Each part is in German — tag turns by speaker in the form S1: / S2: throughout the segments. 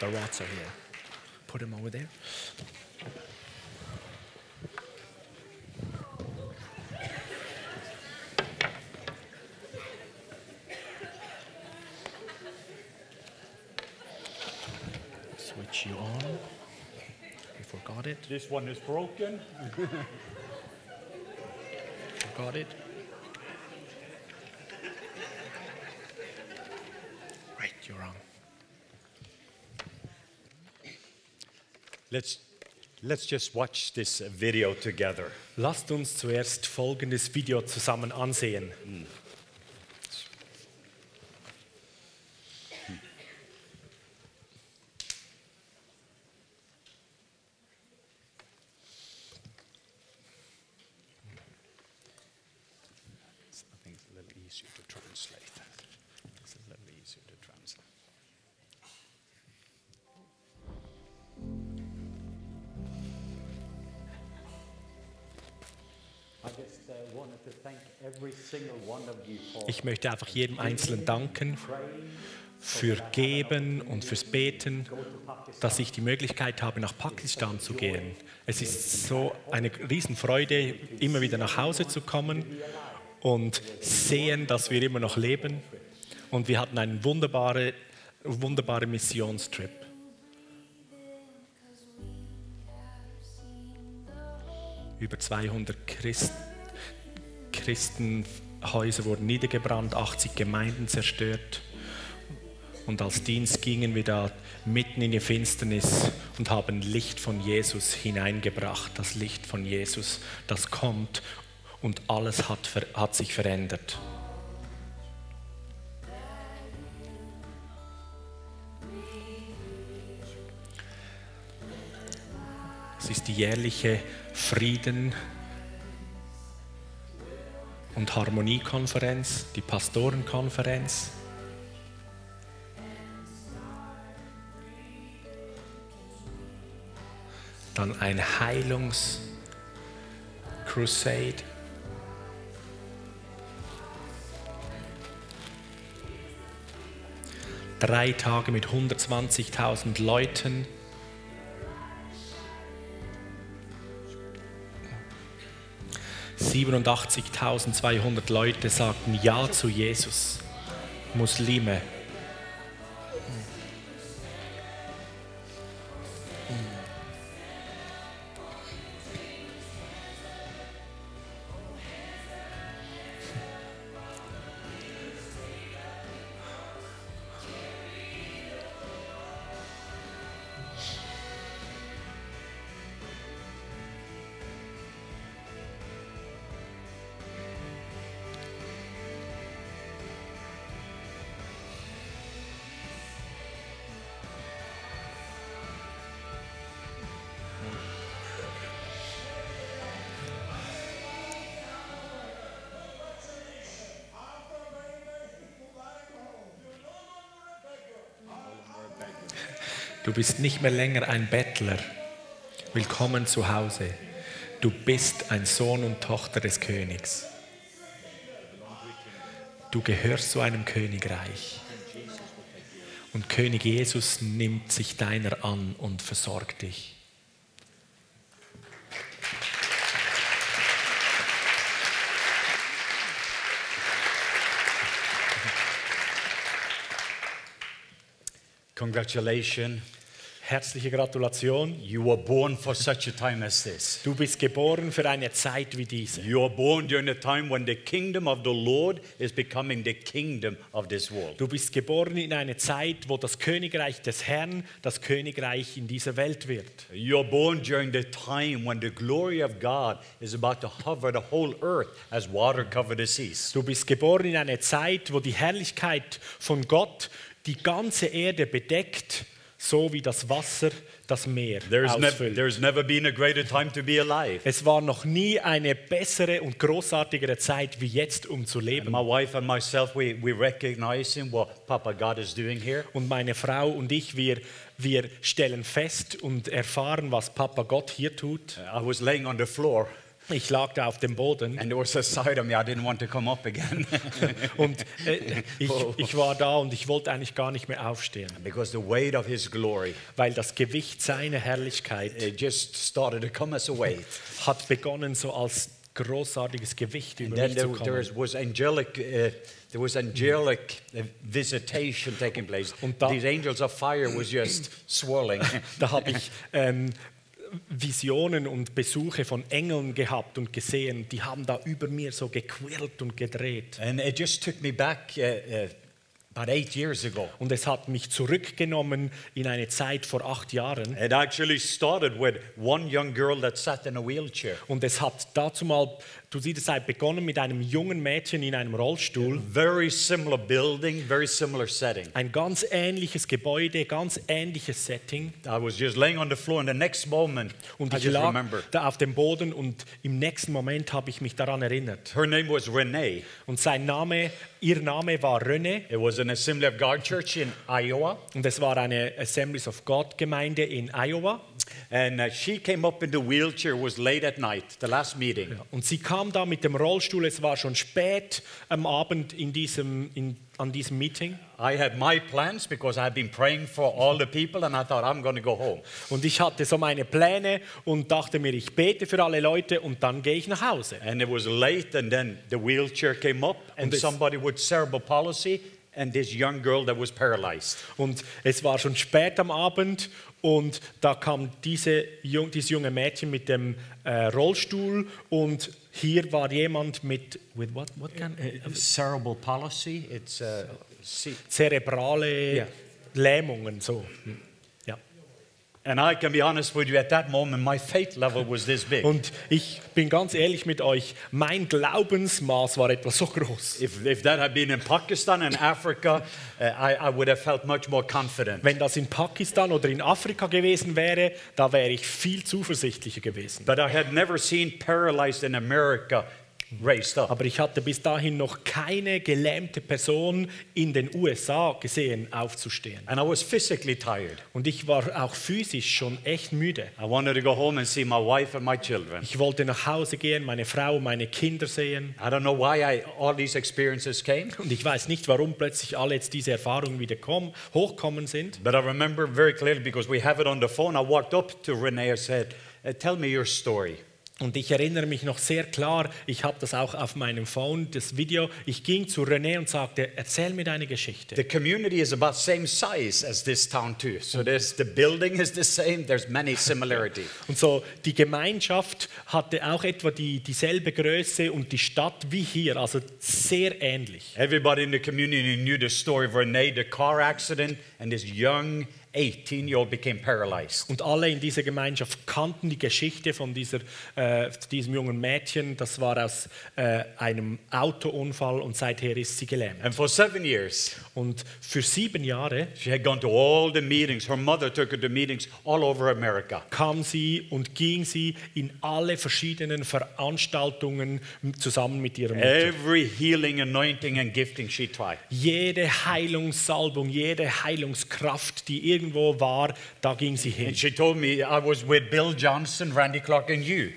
S1: The rots are here. Put him over there. Switch you on. You forgot it.
S2: This one is broken.
S1: Forgot it. Right, you're on.
S2: Let's, let's just watch this video together.
S3: Lasst uns zuerst folgendes Video zusammen ansehen.
S4: I think it's a little easier to translate that. It's a little easier to translate.
S5: I just uh, wanted to thank every single one of you for
S3: Ich möchte einfach jedem Einzelnen danken für Geben und fürs Beten, dass ich die Möglichkeit habe, nach Pakistan zu gehen. Es ist so eine Riesenfreude, immer wieder nach Hause zu kommen und sehen, dass wir immer noch leben. Und wir hatten einen wunderbaren wunderbare Missionstrip. Über 200 Christen. Christenhäuser wurden niedergebrannt, 80 Gemeinden zerstört. Und als Dienst gingen wir da mitten in die Finsternis und haben Licht von Jesus hineingebracht. Das Licht von Jesus, das kommt und alles hat, ver- hat sich verändert. Es ist die jährliche Frieden- und Harmoniekonferenz, die Pastorenkonferenz. Dann ein Heilungs-Crusade. Drei Tage mit 120.000 Leuten. ...87.200 Leute sagten Ja zu Jesus. Muslime. Du bist nicht mehr länger ein Bettler. Willkommen zu Hause. Du bist ein Sohn und Tochter des Königs. Du gehörst zu einem Königreich. Und König Jesus nimmt sich deiner an und versorgt dich.
S2: Congratulations.
S3: Herzliche Gratulation.
S2: You were born for such a time as this.
S3: Du bist geboren für eine Zeit wie diese.
S2: You are born during a time when the kingdom of the Lord is becoming the kingdom of this world.
S3: Du bist geboren in einer Zeit, wo das Königreich des Herrn das Königreich in dieser Welt wird.
S2: You're born during the time when the glory of God is about to hover the whole earth as water covered the seas.
S3: Du bist geboren in einer Zeit, wo die Herrlichkeit von Gott die ganze Erde bedeckt, so wie das Wasser das Meer
S2: There's, nev-
S3: ausfüllt.
S2: there's never been a greater time to be alive.
S3: es war noch nie eine bessere und großartigere Zeit wie jetzt, um zu
S2: And
S3: leben.
S2: my wife and myself, we, we recognizing what Papa God is doing here.
S3: Und meine Frau und ich, wir, wir stellen fest und erfahren, was Papa Gott hier tut.
S2: I was laying on the floor
S3: Ich lag da auf dem Boden
S2: And there was a side of me, I didn't want to come up again
S3: und äh, ich, ich war da und ich wollte eigentlich gar nicht mehr aufstehen,
S2: because the weight of his glory,
S3: weil das Gewicht seiner Herrlichkeit
S2: it just started to come as a weight.
S3: hat begonnen, so als großartiges Gewicht über
S2: Then
S3: mich
S2: there,
S3: zu
S2: there
S3: kommen.
S2: was, angelic, uh, there was angelic uh, visitation taking place.
S3: Und da-
S2: These angels of fire was just swirling.
S3: Da habe ich ähm, Visionen und Besuche von Engeln gehabt und gesehen, die haben da über mir so gequirlt und gedreht.
S2: and it just took me back uh, uh, about eight years ago.
S3: Und es hat mich zurückgenommen in eine Zeit vor acht Jahren.
S2: It actually started with one young girl that sat in a wheelchair.
S3: Und es hat dazu mal, zu dieser Zeit begonnen mit einem jungen Mädchen in einem Rollstuhl.
S2: Very similar building, very similar setting.
S3: Ein ganz ähnliches Gebäude, ganz ähnliches Setting.
S2: I was just laying on the floor, and the next moment,
S3: Und
S2: I
S3: ich
S2: just
S3: lag
S2: remember.
S3: da auf dem Boden und im nächsten Moment habe ich mich daran erinnert.
S2: Her name was Renee.
S3: Und sein Name, ihr Name war René
S2: It was an Assembly of God church in Iowa,
S3: und es war eine Assemblies of God Gemeinde in Iowa.
S2: and uh, she came up in the wheelchair. It was late at night, the last meeting.
S3: Und sie kam da mit dem Rollstuhl, es war schon spät am Abend in diesem, in, an diesem Meeting.
S2: I had my plans because I had been praying for all the people, and I thought I'm going to go home.
S3: Und ich hatte so meine Pläne und dachte mir, ich bete für alle Leute und dann gehe ich nach Hause.
S2: And it was late, and then the wheelchair came up, and
S3: this-
S2: somebody with cerebral palsy, and this young girl that was paralyzed.
S3: Und es war schon spät am Abend und da kam diese, jung- dieses junge Mädchen mit dem äh, Rollstuhl und hier war jemand mit with what, what can, äh,
S2: Cerebral palsy. It's uh, see-
S3: zerebrale
S2: Ja.
S3: Lähmungen so. Hm. Ja.
S2: And I can be honest with you, at that moment, my faith level was this big.
S3: Und ich bin ganz ehrlich mit euch, mein Glaubensmaß war etwas so groß.
S2: If, if that had been in Pakistan and Africa, uh, I, I would have felt much more confident.
S3: Wenn das in Pakistan oder in Afrika gewesen wäre, da wäre ich viel zuversichtlicher gewesen.
S2: But I had never seen paralyzed in America raised up.
S3: Aber ich hatte bis dahin noch keine gelähmte Person in den USA gesehen, aufzustehen.
S2: And I was physically tired.
S3: Und ich war auch physisch schon echt müde.
S2: I wanted to go home and see my wife and my children.
S3: Ich wollte nach Hause gehen, meine Frau, meine Kinder sehen.
S2: I don't know why I, all these experiences came,
S3: Und ich weiß nicht, warum plötzlich alle jetzt diese Erfahrungen wieder kommen, hochkommen sind.
S2: but I remember very clearly because we have it on the phone. I walked up to Renee and said, "Uh, Tell me your story.
S3: Und ich erinnere mich noch sehr klar, ich habe das auch auf meinem Phone, das Video. Ich ging zu René und sagte, erzähl mir deine Geschichte.
S2: The community is about same size as this town too. So there's the building is the same. There's many similarity.
S3: Und so, die Gemeinschaft hatte auch etwa die, dieselbe Größe und die Stadt wie hier, also sehr ähnlich.
S2: Everybody in the community knew the story of Renee, the car accident, and this young 18 year old became paralyzed.
S3: Und alle in dieser Gemeinschaft kannten die Geschichte von dieser, äh, diesem jungen Mädchen. Das war aus äh, einem Autounfall und seither ist sie gelähmt.
S2: And for seven years,
S3: Und für sieben Jahre
S2: she had gone to all the meetings. Her mother took her to meetings all over America.
S3: kam sie und ging sie in alle verschiedenen Veranstaltungen m- zusammen mit ihrer Mutter.
S2: Every healing, anointing, and gifting she tried.
S3: Jede Heilungssalbung, jede Heilungskraft, die irgendwo war, da ging sie hin.
S2: And she told me I was with Bill Johnson, Randy Clark, and you.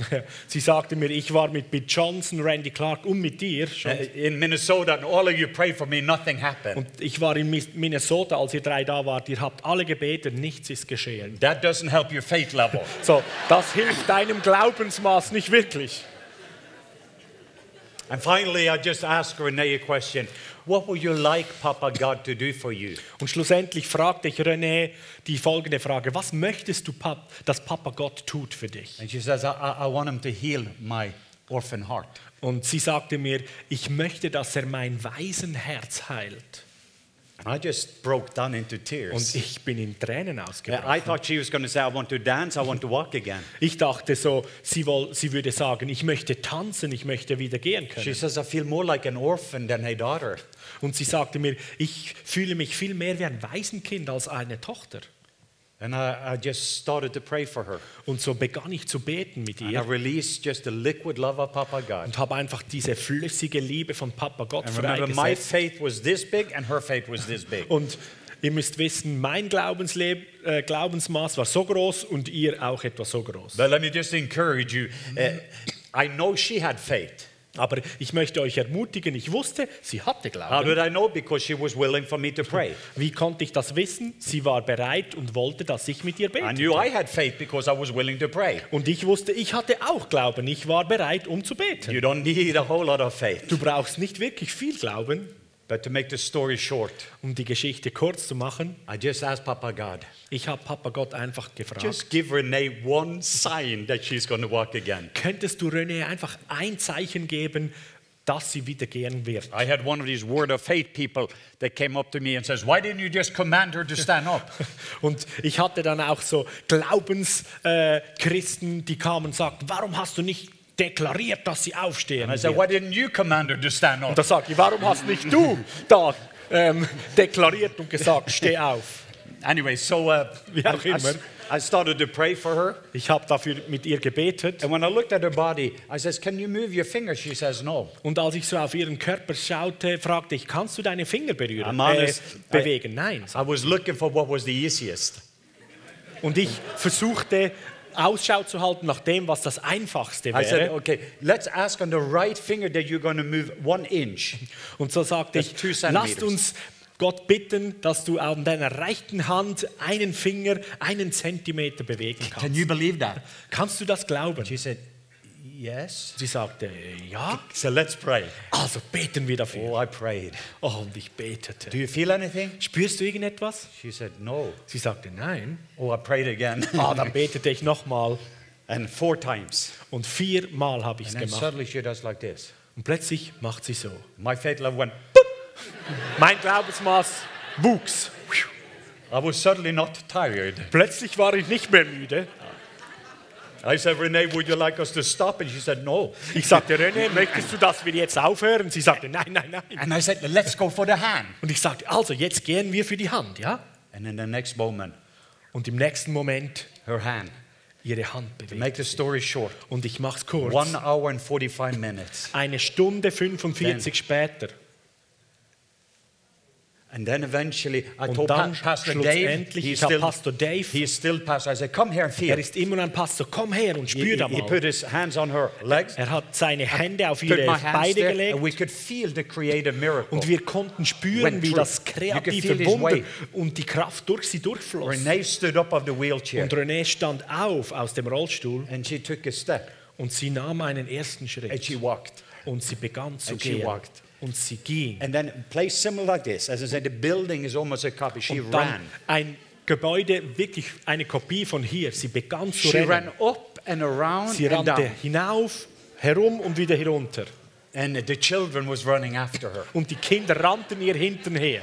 S3: Sie sagte mir, ich war mit Bill Johnson, Randy Clark und mit dir
S2: Uh,
S3: schon.
S2: in Minnesota, and all of you prayed for me, nothing happened.
S3: Und ich war in Mis- Minnesota, als ihr drei da wart. Ihr habt alle gebetet, nichts ist geschehen.
S2: That doesn't help your faith level.
S3: So, das hilft deinem Glaubensmaß nicht wirklich.
S2: and finally, I just asked Renee a question What would you like Papa God to do for you?
S3: Und schlussendlich fragte ich René die folgende Frage: Was möchtest du, Pap dass Papa Gott tut für dich?
S2: And she says, I, I, I want him to heal my orphan heart.
S3: Und sie sagte mir: Ich möchte, dass er mein Waisenherz heilt.
S2: And I just broke down into
S3: Und
S2: tears.
S3: ich bin in Tränen
S2: Yeah,
S3: ausgebrochen.
S2: I thought she was going to say, I want to dance, I want to walk again.
S3: Ich dachte so, sie, woll, sie würde sagen: Ich möchte tanzen, ich möchte wieder gehen
S2: She
S3: können.
S2: says, I feel more like an orphan than a daughter.
S3: Und sie sagte mir: Ich fühle mich viel mehr wie ein Waisenkind als eine Tochter.
S2: And I, I just started to pray for her.
S3: Und so begann ich zu beten mit
S2: And I
S3: ihr
S2: released just the liquid love of Papa God.
S3: und habe einfach diese flüssige Liebe von Papa Gott
S2: And remember, my
S3: freigesetzt.
S2: faith was this big, and her faith was this big.
S3: Und ihr müsst wissen, mein Glaubensleb äh, Glaubensmaß war so groß und ihr auch etwa so groß.
S2: But let me just encourage you. uh, I know she had faith,
S6: Aber ich möchte euch ermutigen, ich wusste, sie hatte
S2: how
S6: Glauben.
S2: did I know? Because she was willing for me to pray.
S6: Wie konnte ich das wissen? Sie war bereit und wollte, dass ich mit ihr
S2: I
S6: bete.
S2: knew I had faith because I was willing to pray.
S6: Und ich wusste, ich hatte auch Glauben. Ich war bereit, um zu beten.
S2: You don't need a whole lot of faith.
S6: Du brauchst nicht wirklich viel Glauben,
S2: But to make the story short,
S6: um die Geschichte kurz zu machen.
S2: I just asked Papa God,
S6: Ich habe Papa Gott einfach gefragt.
S2: just give Renee one sign that she's going to walk again.
S6: Könntest du René einfach ein Zeichen geben, dass sie wieder gehen wird?
S2: I had one of these word of faith people that came up to me and says, "Why didn't you just command her to stand up?"
S6: Und ich hatte dann auch so Glaubenschristen, äh, Christen, die kamen und sagten, warum hast du nicht deklariert, dass sie aufstehen?
S2: I said,
S6: wird?
S2: "Why didn't you command her to stand
S6: Und
S2: up?"
S6: da sage ich, warum hast nicht du da ähm, deklariert und gesagt, steh auf?
S2: Anyway, so uh,
S6: Wie
S2: I,
S6: auch
S2: I s-
S6: immer.
S2: I started to pray for her,
S6: Ich habe dafür mit ihr gebetet.
S2: and when I looked at her body, I says, "Can you move your finger?" She says, "No."
S6: Und als ich so auf ihren Körper schaute, fragte ich, kannst du deine Finger berühren? Äh,
S2: I'm honest.
S6: bewegen? Nein.
S2: I was looking for what was the easiest.
S6: Und ich versuchte, Ausschau zu halten nach dem, was das Einfachste
S2: I said,
S6: wäre.
S2: "Okay, let's ask on the right finger that you're going to move one inch."
S6: Und so sagte
S2: That's
S6: ich,
S2: two centimeters.
S6: lasst uns Gott bitten, dass du an deiner rechten Hand einen Finger einen Zentimeter bewegen kannst.
S2: you believe that?
S6: Kannst du das glauben?
S2: She said, "Yes."
S6: Sie sagte, äh, ja.
S2: So let's pray.
S6: Also beten wir dafür.
S2: Oh, I prayed.
S6: Oh, und ich
S2: Do
S6: betete.
S2: you feel anything?
S6: Spürst du irgendetwas?
S2: She said, "No."
S6: Sie sagte, nein.
S2: Oh, I prayed again.
S6: Ah, dann betete ich nochmal.
S2: and four times.
S6: Und viermal habe ich es
S2: And then
S6: gemacht.
S2: suddenly she does like this.
S6: Und plötzlich macht sie so.
S2: My faith level went.
S6: Mein Glaubensmaß wuchs.
S2: I was suddenly not tired.
S6: Plötzlich war ich nicht mehr müde.
S2: I said, Renee, would you like us to stop? And she said, no.
S6: Ich sagte, René, möchtest du, dass wir jetzt aufhören? Sie sagte, nein, nein, nein.
S2: And I said, let's go for the hand.
S6: Und ich sagte, also jetzt gehen wir für die Hand, ja?
S2: And in the next moment,
S6: Und im nächsten Moment
S2: her hand.
S6: ihre Hand bewegt.
S2: Make the story short.
S6: Und ich mach's kurz.
S2: One hour and 45 minutes.
S6: Eine Stunde 45
S2: Then.
S6: später.
S2: And then eventually, I
S6: Und
S2: told
S6: dann
S2: Pa- Pastor Dave,
S6: schlussendlich, ich hab Pastor Dave-
S2: he's still pastor. I said, come here and feel.
S6: Er ist immer noch ein Pastor. Komm her und
S2: He,
S6: spür
S2: he,
S6: da
S2: he
S6: mal.
S2: put his hands on her legs,
S6: Er hat seine Hände auf
S2: put
S6: ihre
S2: my hands
S6: Beine
S2: there, and
S6: gelegt.
S2: we could feel the creative miracle.
S6: Und wir konnten spüren,
S2: Went
S6: wie
S2: through.
S6: das
S2: You can feel
S6: kreative
S2: his
S6: Wunder
S2: way.
S6: und die Kraft durch sie durchfloss.
S2: Renee stood up of the wheelchair,
S6: Und René stand auf aus dem Rollstuhl
S2: and she took a step,
S6: und sie nahm einen ersten
S2: and she
S6: Schritt.
S2: walked.
S6: Und sie begann zu
S2: And she
S6: gehen.
S2: walked.
S6: Und sie ging.
S2: And then place similar like this. As I said, the building is almost a copy. She
S6: Und dann
S2: ran.
S6: ein Gebäude, wirklich eine Kopie von hier. Sie begann zu
S2: She ran
S6: rennen.
S2: up and around
S6: Sie
S2: and
S6: rannte
S2: down.
S6: hinauf, herum und wieder herunter.
S2: And the children was running after her.
S6: Und die Kinder rannten ihr hinterher.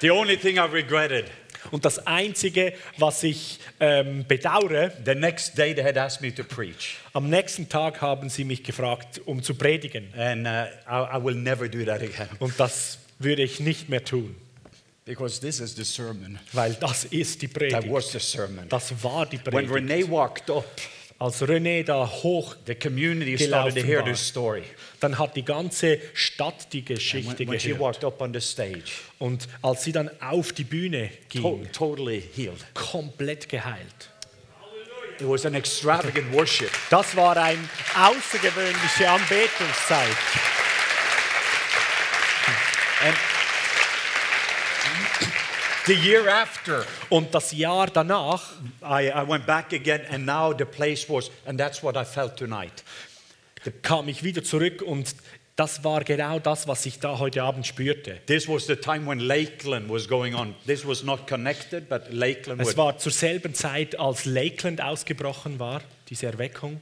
S2: The only thing I regretted,
S6: Und das Einzige, was ich ähm, bedauere,
S2: the next day they had asked me to preach.
S6: am nächsten Tag haben sie mich gefragt, um zu predigen.
S2: And uh, I, I will never do that again.
S6: Und das würde ich nicht mehr tun,
S2: Because this is the sermon.
S6: weil das ist die
S2: That
S6: Predigt.
S2: was the sermon.
S6: Das war die
S2: When
S6: Predigt.
S2: Renee walked up,
S6: Als René da hoch,
S2: the community started to hear this story.
S6: dann hat die ganze Stadt die
S2: When,
S6: Geschichte
S2: when she
S6: gehört.
S2: walked up on the stage,
S6: Und als sie dann auf die Bühne
S2: to-
S6: ging,
S2: totally healed.
S6: komplett geheilt.
S2: It was an extravagant worship.
S6: Das war eine außergewöhnliche Anbetungszeit.
S2: The year after,
S6: Und das Jahr danach
S2: I, I went back again, and now the place was, and that's what I felt tonight.
S6: kam ich wieder zurück und das war genau das, was ich da heute Abend spürte.
S2: This was the time when Lakeland was going on. This was not connected, but Lakeland was.
S6: Es war zur selben Zeit, als Lakeland ausgebrochen war, diese Erweckung.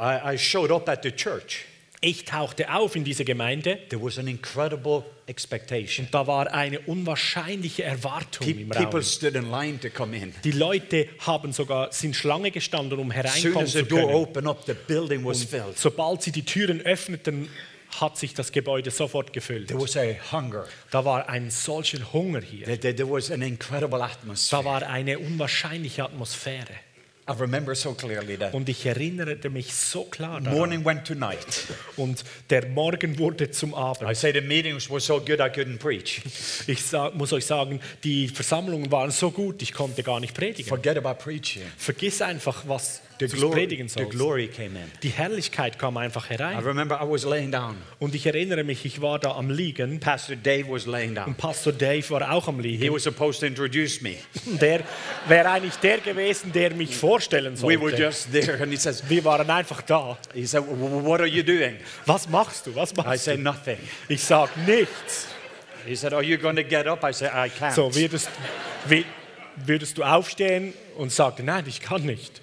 S2: I, I showed up at the church.
S6: Ich tauchte auf in dieser Gemeinde
S2: There was an incredible expectation.
S6: und da war eine unwahrscheinliche Erwartung
S2: Pe-
S6: im
S2: people
S6: Raum.
S2: stood in line to come in.
S6: Die Leute haben sogar sind Schlange gestanden, um
S2: As soon
S6: hereinkommen
S2: as the
S6: zu
S2: door
S6: können.
S2: opened um, up, the building was filled.
S6: Sobald sie die Türen öffneten, hat sich das Gebäude sofort gefüllt.
S2: There was a hunger.
S6: Da war ein solcher Hunger hier.
S2: There, there- there was an incredible atmosphere.
S6: Da war eine unwahrscheinliche Atmosphäre.
S2: I remember so clearly that.
S6: Und ich erinnerte mich so klar daran.
S2: Morning went to night.
S6: Und der Morgen wurde zum
S2: I
S6: Abend.
S2: say the meetings were so good I couldn't preach.
S6: Ich sa- muss euch sagen, die Versammlungen waren so gut, ich konnte gar nicht predigen.
S2: Forget about preaching.
S6: Vergiss einfach, was
S2: The
S6: zu
S2: glory,
S6: predigen
S2: the
S6: sollst.
S2: glory came in.
S6: Die Herrlichkeit kam einfach
S2: I
S6: herein.
S2: remember I was laying down.
S6: Und ich erinnere mich, ich war da am Liegen.
S2: Pastor Dave was laying down.
S6: Und Pastor Dave war auch am
S2: He
S6: Liegen.
S2: was supposed to introduce me.
S6: Der wäre eigentlich der gewesen, der mich vorstellen
S2: We were
S6: sollte.
S2: just there, and he says,
S6: Wir waren einfach da.
S2: he said, "W- w- "What are you doing?"
S6: Was machst du? Was
S2: I
S6: machst
S2: said,
S6: du?
S2: "Nothing."
S6: Ich sag nichts.
S2: He said, "Are you going to get up?" I said, "I can't."
S6: So würdest, wi- würdest du aufstehen und sagen, nein, ich kann nicht.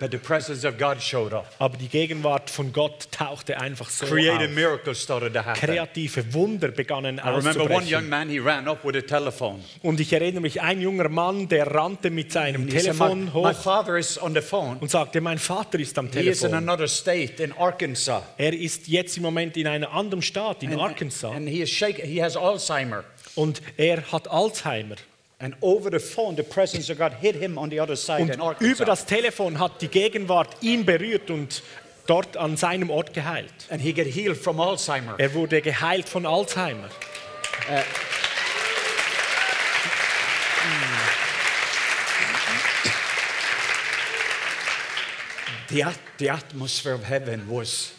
S2: but the presence of God showed up.
S6: Aber die Gegenwart von Gott tauchte einfach so
S2: Creative
S6: auf.
S2: miracles started to happen.
S6: Kreative Wunder begannen
S2: I remember one young
S6: auszubrechen.
S2: man. He ran up with a telephone.
S6: Und ich erinnere mich, ein junger Mann, der rannte mit seinem
S2: He said, my,
S6: Telefon
S2: my
S6: hoch
S2: father is on the phone.
S6: und sagte, mein Vater ist am
S2: He is in
S6: Telefon.
S2: another state in Arkansas.
S6: Er ist jetzt im Moment in einem anderen Staat, in
S2: And-
S6: Arkansas.
S2: And he is shaking. He has Alzheimer.
S6: Und er hat Alzheimer.
S2: And over the phone, the presence of God hit him on the other side
S6: Und
S2: in Arkansas.
S6: über das Telefon hat die Gegenwart ihn berührt und dort an seinem Ort geheilt.
S2: and he get healed from Alzheimer.
S6: Er wurde geheilt von Alzheimer.
S2: The, at- the atmosphere of heaven was,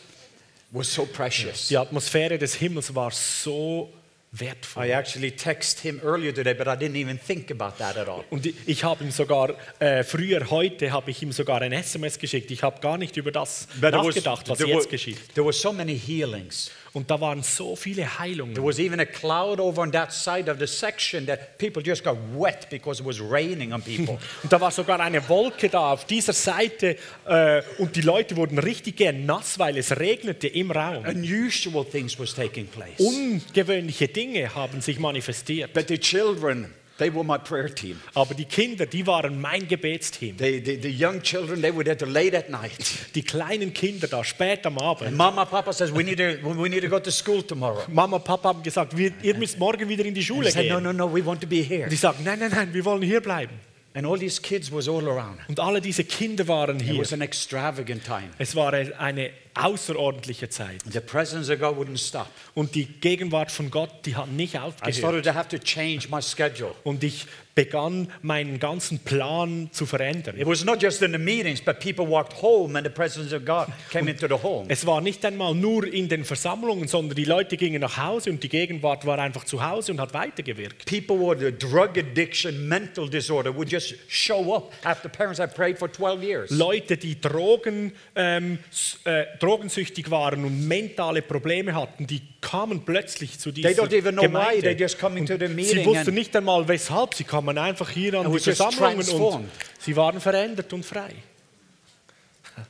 S2: was so precious.
S6: Die Atmosphäre des Himmels war so
S2: I
S6: wertvoll.
S2: actually texted him earlier today, but I didn't even think about that at all.
S6: Und ich- ich habe ihm sogar, äh, früher heute habe ich ihm sogar ein SMS geschickt. Ich habe gar nicht über das nachgedacht, was
S2: there,
S6: er jetzt
S2: were,
S6: geschieht.
S2: there were so many healings.
S6: Und da waren so viele
S2: There
S6: Heilungen.
S2: was even a cloud over on that side of the section that people just got wet because it was raining on people.
S6: Und da war sogar eine Wolke da auf dieser Seite äh, und die Leute wurden richtig gern nass, weil es regnete im Raum.
S2: Unusual things was taking place.
S6: Ungewöhnliche Dinge haben sich manifestiert.
S2: But the children, they were my prayer team.
S6: Aber die Kinder, die waren mein Gebetsteam.
S2: They, the, the young children, they were there till late at night.
S6: Die kleinen Kinder da, spät am Abend.
S2: Mama, Papa says, we need, to, we need to go to school tomorrow.
S6: Mama und Papa haben gesagt, wir, ihr müsst morgen wieder in die
S2: And I
S6: Schule
S2: said, no,
S6: gehen.
S2: no, no, we want to be here.
S6: Und ich sage, nein, nein, nein, wir wollen hier bleiben.
S2: And all these kids was all around.
S6: Und alle diese Kinder waren
S2: It
S6: hier.
S2: was an extravagant time.
S6: Es war eine außerordentliche Zeit.
S2: The presence of God wouldn't stop.
S6: Und die Gegenwart von Gott, die hat nicht
S2: I
S6: aufgehört.
S2: started to have to change my schedule.
S6: Und ich begann, meinen ganzen Plan zu verändern.
S2: It was not just in the meetings, but people walked home and the presence of God came into the home.
S6: Es war nicht einmal nur in den Versammlungen, sondern die Leute gingen nach Hause und die Gegenwart war einfach zu Hause und hat weitergewirkt.
S2: People with a drug addiction, mental disorder would just show up after parents had prayed for 12 years.
S6: Leute, die Drogen, ähm, s- äh, drogensüchtig waren und mentale Probleme hatten, die kamen plötzlich zu dieser
S2: They don't even know
S6: Gemeinde.
S2: why, they just come into the
S6: und
S2: meeting
S6: sie
S2: and-
S6: wussten nicht einmal weshalb, sie kamen einfach hier an die
S2: And was just
S6: Versammlungen und
S2: transformed.
S6: sie waren verändert und frei.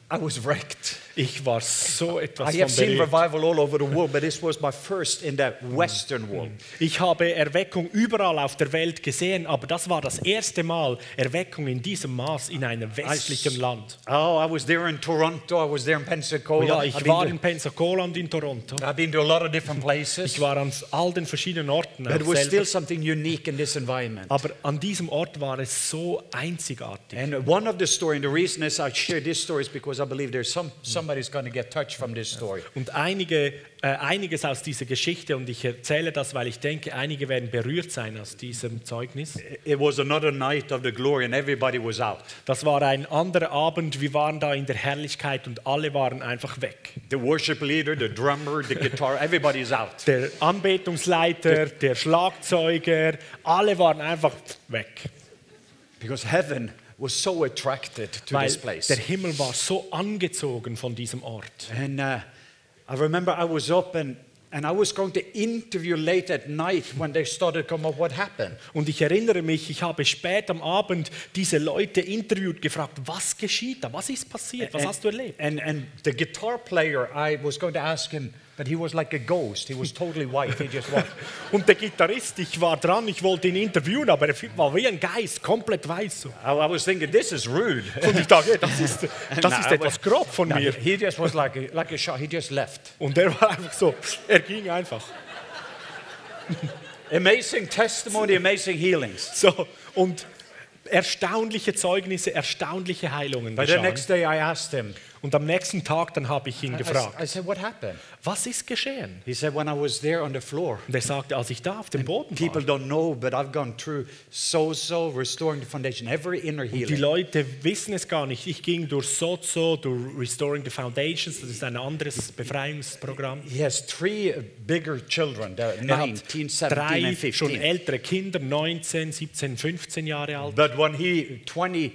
S2: I was wrecked.
S6: Ich war so etwas
S2: I
S6: von
S2: have seen
S6: berührt.
S2: revival all over the world, but this was my first in the Western world.
S3: Mm.
S6: Ich habe Erweckung überall auf der Welt gesehen, aber das war das erste Mal Erweckung in diesem Maß in einem westlichen Land.
S2: Oh, I was there in Toronto, I was there in Pensacola.
S6: Ja,
S2: I've
S6: ich
S2: been
S6: war
S2: to-
S6: in Pensacola und in Toronto.
S2: I've been to a lot of different places.
S6: Ich war an all den verschiedenen Orten.
S2: But
S6: auch
S2: it was
S6: selber.
S2: still something unique in this environment.
S6: Aber an diesem Ort war es so einzigartig.
S2: And one of the story, and the reason is I share this story is because I believe there's some somebody's going to get touched from this story.
S6: Und einige, äh, einiges aus dieser Geschichte, und ich erzähle das, weil ich denke, einige werden berührt sein aus diesem Zeugnis.
S2: It was another night of the glory, and everybody was out.
S6: Das war ein anderer Abend, wir waren da in der Herrlichkeit und alle waren einfach weg.
S2: The worship leader, the drummer, the guitar, everybody's out.
S6: Der Anbetungsleiter, der Schlagzeuger, alle waren einfach weg.
S2: Because heaven was so attracted to
S6: Weil
S2: this place.
S6: der Himmel war so angezogen von diesem Ort.
S2: And uh, I remember I was up and, and I was going to interview late at night when they started come up what happened.
S6: Und ich erinnere mich, ich habe spät am Abend diese Leute interviewt, gefragt, was geschieht da, was ist passiert, was
S2: And-
S6: hast du erlebt?
S2: And, and the guitar player, I was going to ask him, but he was like a ghost. He was totally white. He just walked.
S6: Und der Gitarrist, ich war dran, ich wollte ihn interviewen, aber er war wie ein Geist, komplett weiß. so.
S2: I, I was thinking, this is rude.
S6: Und ich dachte, das ist, das
S2: Nein,
S6: ist
S2: aber-
S6: etwas grob von
S2: No,
S6: mir.
S2: he just was like a, like a shot. He just left.
S6: Und er war einfach so, er ging einfach.
S2: Amazing testimony, amazing healings.
S6: So, und erstaunliche Zeugnisse, erstaunliche Heilungen
S2: But the
S6: geschahen.
S2: next day I asked him,
S6: Und am nächsten Tag, dann habe ich ihn
S2: I- I s- I
S6: gefragt,
S2: said, What happened?
S6: was ist geschehen?
S2: He said, When I was there on the floor,
S6: Und er sagte, als ich da auf dem Boden
S2: people
S6: war,
S2: don't know, but I've gone through so, so, restoring the foundation, every inner
S6: die
S2: healing.
S6: Leute wissen es gar nicht. Ich ging durch Sozo, durch Restoring the Foundations, das ist ein anderes Befreiungsprogramm.
S2: He has three uh, bigger children, they're
S6: Er
S2: 19,
S6: hat
S2: 17,
S6: drei
S2: and
S6: schon
S2: 15.
S6: ältere Kinder, 19, 17, 15 Jahre alt.
S2: But when he, 22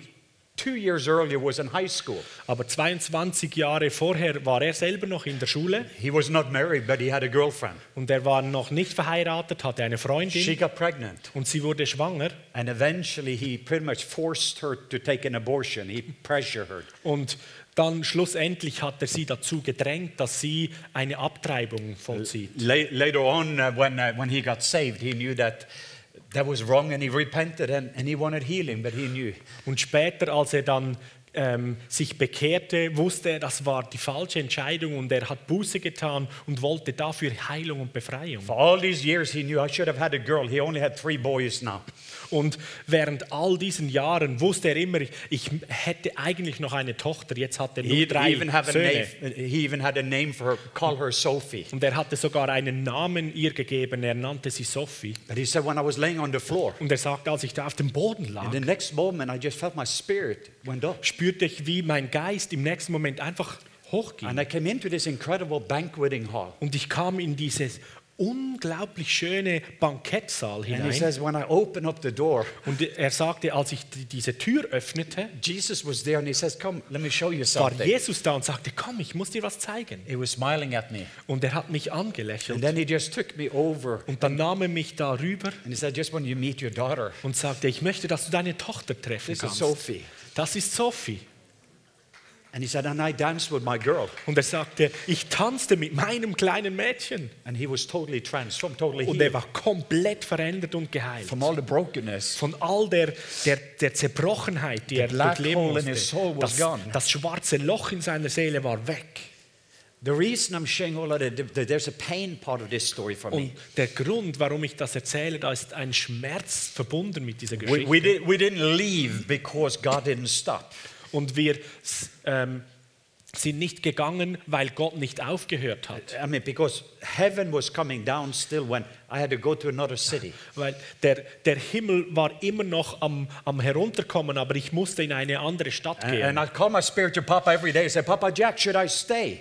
S2: years earlier, was in high school,
S6: Aber 22 Jahre vorher war er selber noch in der Schule
S2: he was not married, but he had a girlfriend.
S6: und er war noch nicht verheiratet, hatte eine
S2: She
S6: Freundin
S2: got pregnant,
S6: und sie wurde schwanger.
S2: and eventually he pretty much forced her to take an abortion. He pressured her.
S6: Und dann schlussendlich hat er sie dazu gedrängt, dass sie eine Abtreibung vollzieht.
S2: La- later on, uh, when, uh, when he got saved, he knew that that was wrong and he repented and, and he wanted healing, but he knew.
S6: Und später, als er dann ähm, sich bekehrte, wusste er, das war die falsche Entscheidung und er hat Buße getan und wollte dafür Heilung und Befreiung.
S2: For all these years, he knew I should have had a girl. He only had three boys now.
S6: Und während all diesen Jahren wusste er immer, ich, ich hätte eigentlich noch eine Tochter, jetzt hat er nur
S2: He
S6: drei
S2: even, have a
S6: Söhne.
S2: name, he even had a name for her, call her Sophie.
S6: Und er hatte sogar einen Namen ihr gegeben, er nannte sie Sophie.
S2: But he said, when I was laying on the floor,
S6: Und er sagte, als ich da auf dem Boden
S2: in
S6: lag,
S2: the next moment, I just felt my spirit went up.
S6: spürte ich, wie mein Geist im nächsten Moment einfach
S2: And
S6: hochging.
S2: I came into this incredible banqueting hall.
S6: Und ich kam in dieses unglaublich schöne Bankettsaal
S2: And he
S6: hinein.
S2: says, when I opened up the door,
S6: Und er sagte, als ich die- diese Tür öffnete,
S2: Jesus was there and he says, come, let me show you
S6: war
S2: something.
S6: Jesus da und sagte, komm, ich muss dir was zeigen.
S2: He was smiling at me.
S6: Und er hat mich
S2: And
S6: angelächelt.
S2: then he just took me over
S6: Und dann nahm er mich darüber
S2: And he said, just when you meet your daughter,
S6: und sagte, ich möchte, dass du deine Tochter treffen
S2: this is
S6: kannst.
S2: Sophie.
S6: Das ist Sophie.
S2: And he said, and I danced with my girl.
S6: Und er sagte, ich tanzte mit meinem kleinen Mädchen.
S2: And he was totally transformed, totally
S6: Und er
S2: healed
S6: war komplett verändert und geheilt.
S2: Oh, from all the brokenness.
S6: Von all der, der, der Zerbrochenheit, die er
S2: black
S6: durchleben
S2: hole in
S6: musste.
S2: his soul was
S6: Das,
S2: gone.
S6: das schwarze Loch in seiner Seele war weg.
S2: The reason I'm sharing all of that, th- th- there's a pain part of this story for
S6: Und
S2: me.
S6: der Grund, warum ich das erzähle, da ist ein Schmerz verbunden mit dieser
S2: We,
S6: Geschichte.
S2: we, did, we didn't leave because God didn't stop.
S6: und wir s- ähm, sind nicht gegangen, weil Gott nicht aufgehört hat.
S2: I mean, because heaven was coming down still when I had to go to another city.
S6: Weil der, der Himmel war immer noch am, am Herunterkommen, aber ich musste in eine andere Stadt
S2: And,
S6: gehen.
S2: and I'd call my spiritual papa every day and say, Papa Jack, should I stay?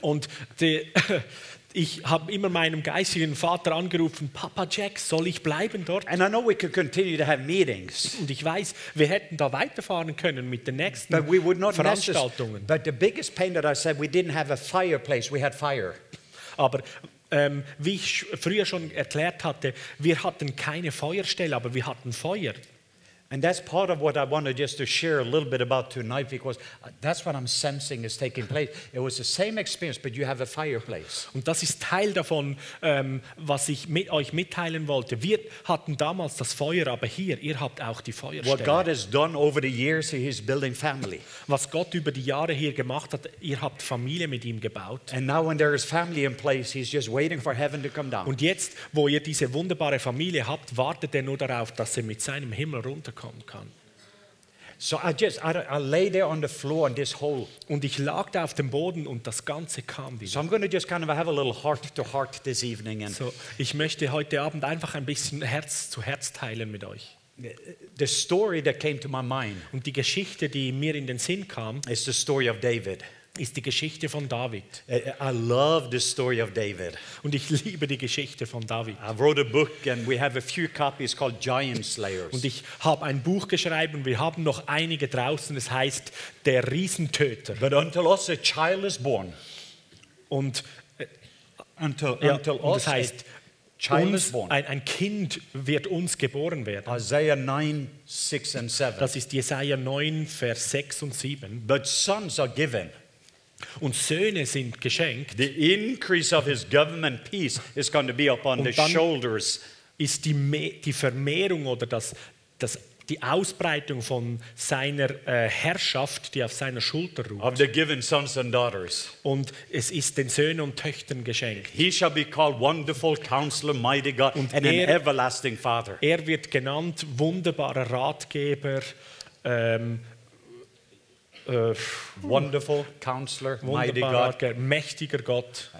S6: Und die, ich habe immer meinem geistigen Vater angerufen, Papa Jack, soll ich bleiben dort?
S2: And I know we could continue to have meetings.
S6: Und ich weiß, wir hätten da weiterfahren können mit den nächsten
S2: But we would not necess-
S6: Veranstaltungen.
S2: But the biggest pain that I said, we didn't have a fireplace, we had fire.
S6: Aber ähm, wie ich sch- früher schon erklärt hatte, wir hatten keine Feuerstelle, aber wir hatten Feuer.
S2: And that's part of what I wanted just to share a little bit about tonight because uh, that's what I'm sensing is taking place. It was the same experience, but you have a fireplace.
S6: Und das ist Teil davon, ähm, was ich mit euch mitteilen wollte. Wir hatten damals das Feuer, aber hier, ihr habt auch die
S2: What God
S6: Feuerstelle.
S2: has done over the years, He is building family.
S6: Was Gott über die Jahre hier gemacht hat, ihr habt Familie mit ihm gebaut.
S2: And now, when there is family in place, He's just waiting for heaven to come down.
S6: Und jetzt, wo ihr diese wunderbare Familie habt, wartet er nur darauf, dass er mit seinem Himmel runterkommen kann.
S2: So I just, I, I lay there on the floor on this hole.
S6: Und ich lag da auf dem Boden und das Ganze kam wieder.
S2: So I'm going to just kind of have a little heart to heart this evening. And
S6: So, ich möchte heute Abend einfach ein bisschen Herz zu Herz teilen mit euch.
S2: the story that came to my mind
S6: Und die Geschichte, die mir in den Sinn kam,
S2: is the story of David.
S6: ist die Geschichte von David.
S2: I I love the story of David.
S6: Und ich liebe die Geschichte von David.
S2: I wrote a book and we have a few copies called Giant Slayers.
S6: Und ich habe ein Buch geschrieben, wir haben noch einige draußen, es heißt Der Riesentöter.
S2: But until us a child is born,
S6: Und,
S2: until,
S6: ja,
S2: until
S6: und
S2: us
S6: das heißt,
S2: a child is
S6: uns,
S2: born.
S6: ein, ein Kind wird uns geboren werden.
S2: Isaiah 9, 6 and 7.
S6: Das ist Jesaja 9, Vers 6 und 7.
S2: But sons are given.
S6: Und Söhne sind geschenkt.
S2: The increase of his government peace is going to be upon
S6: Und
S2: the
S6: dann-
S2: shoulders.
S6: ist die, Me- die Vermehrung oder das, das, die Ausbreitung von seiner äh, Herrschaft, die auf seiner Schulter ruht.
S2: Of the given sons and daughters.
S6: Und es ist den Söhnen und Töchtern geschenkt.
S2: He shall be called Wonderful Counselor, Mighty God,
S6: Und
S2: and an
S6: er-
S2: everlasting Father.
S6: Er wird genannt wunderbarer Ratgeber, ähm,
S3: äh,
S2: uh, wonderful counselor, mighty
S3: wunderbarer,
S2: God,
S3: Gott. mächtiger Gott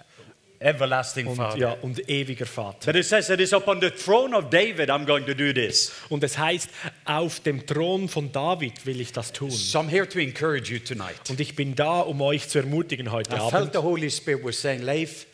S2: everlasting
S3: und,
S2: Father.
S3: ja, und ewiger Vater.
S2: But it says it is upon the throne of David I'm going to do this.
S3: Und es heißt, auf dem Thron von David will ich das tun.
S2: So I'm here to encourage you tonight.
S3: Und ich bin da, um euch zu ermutigen heute
S2: I felt
S3: Abend.
S2: the Holy Spirit was saying, Leif,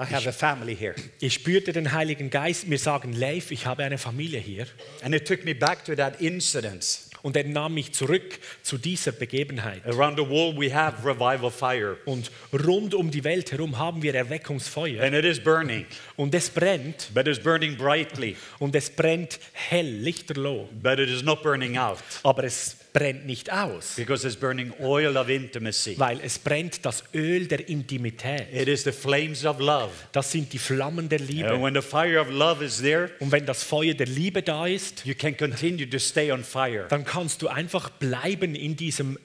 S2: I have a family here.
S3: Ich spürte den Heiligen Geist mir sagen, Leif, ich habe eine Familie hier.
S2: And it took me back to that incident.
S3: Und er nahm mich zurück zu dieser Begebenheit.
S2: Around the world, we have revival fire,
S3: Und rund um die Welt herum haben wir Erweckungsfeuer.
S2: and it is burning,
S3: Und es brennt.
S2: but it's burning brightly,
S3: Und es brennt hell, lichterloh.
S2: but it is not burning out
S3: Aber es brennt nicht aus,
S2: because it's burning oil of intimacy.
S3: weil es brennt das Öl der Intimität.
S2: It is the flames of love.
S3: Das sind die Flammen der Liebe.
S2: And when the fire of love is there,
S3: Und wenn das Feuer der Liebe da ist,
S2: you can continue to stay on fire,
S3: dann kannst du einfach bleiben in diesem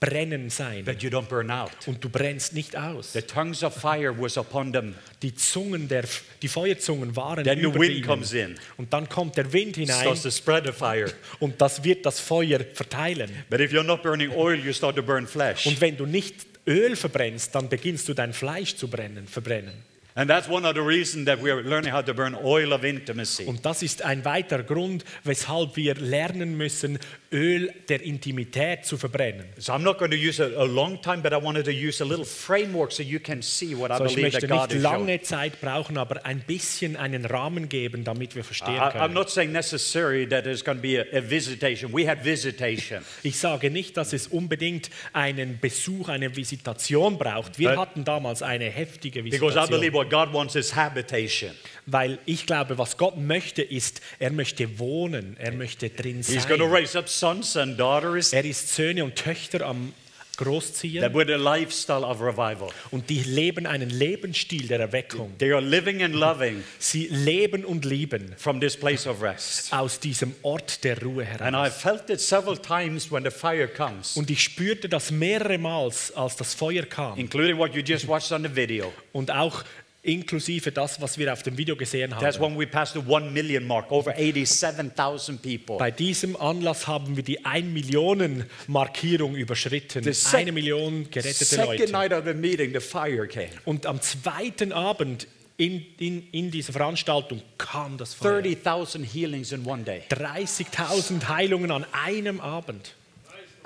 S3: Brennen sein.
S2: but you don't burn out.
S3: Und du brennst nicht aus.
S2: The tongues of fire was upon them.
S3: Die Zungen der, die Feuerzungen waren
S2: Then the
S3: über
S2: wind
S3: ihnen.
S2: comes in.
S3: Und dann kommt der Wind hinein
S2: Starts to spread the fire.
S3: und das wird das Feuer verteilen.
S2: But if you're not burning oil, you start to burn flesh.
S3: Und wenn du nicht Öl verbrennst, dann beginnst du dein Fleisch zu brennen, verbrennen.
S2: And that's one of the reasons that we are learning how to burn oil of intimacy.
S3: Und das ist ein weiterer Grund, weshalb wir lernen müssen, Öl der Intimität zu verbrennen.
S2: So I'm not going to use a, a long time, but I wanted to use a little framework so you can see what I
S3: So, ich
S2: believe
S3: möchte
S2: that God
S3: nicht
S2: is showing.
S3: lange Zeit brauchen, aber ein bisschen einen Rahmen geben, damit wir verstehen
S2: I, I'm
S3: können.
S2: not saying necessarily that there's going to be a, a visitation. We had visitation.
S3: Ich sage nicht, dass es unbedingt einen Besuch, eine Visitation braucht. Wir
S2: But-
S3: hatten damals eine heftige
S2: Because I believe
S3: Visitation,
S2: what God wants is habitation.
S3: weil ich glaube, was Gott möchte, ist, er möchte wohnen, er möchte drin
S2: He's going to
S3: sein.
S2: raise up sons and daughters
S3: Er ist Söhne und Töchter am
S2: that
S3: Großziehen
S2: with a lifestyle of revival.
S3: und die leben einen Lebensstil der Erweckung.
S2: They are living and loving
S3: Sie leben und lieben
S2: from this place of rest.
S3: aus diesem Ort der Ruhe
S2: And I
S3: heraus.
S2: felt it several times when the fire comes,
S3: Und ich spürte das mehrere Mal, als das Feuer kam.
S2: including what you just watched on the video.
S3: Und auch inklusive das, was wir auf dem Video gesehen
S2: That's
S3: haben.
S2: when we passed the 1 million mark, over 87,000 people.
S3: Bei diesem Anlass haben wir die 1 Millionen Markierung überschritten.
S2: The sec-
S3: Eine Million gerettete
S2: Second
S3: Leute.
S2: night of the Oh, meeting, the fire came.
S3: Und am zweiten Abend in, in, in dieser Veranstaltung kam das Feuer.
S2: 30,000 healings in one day.
S3: 30.000 Heilungen an einem Abend.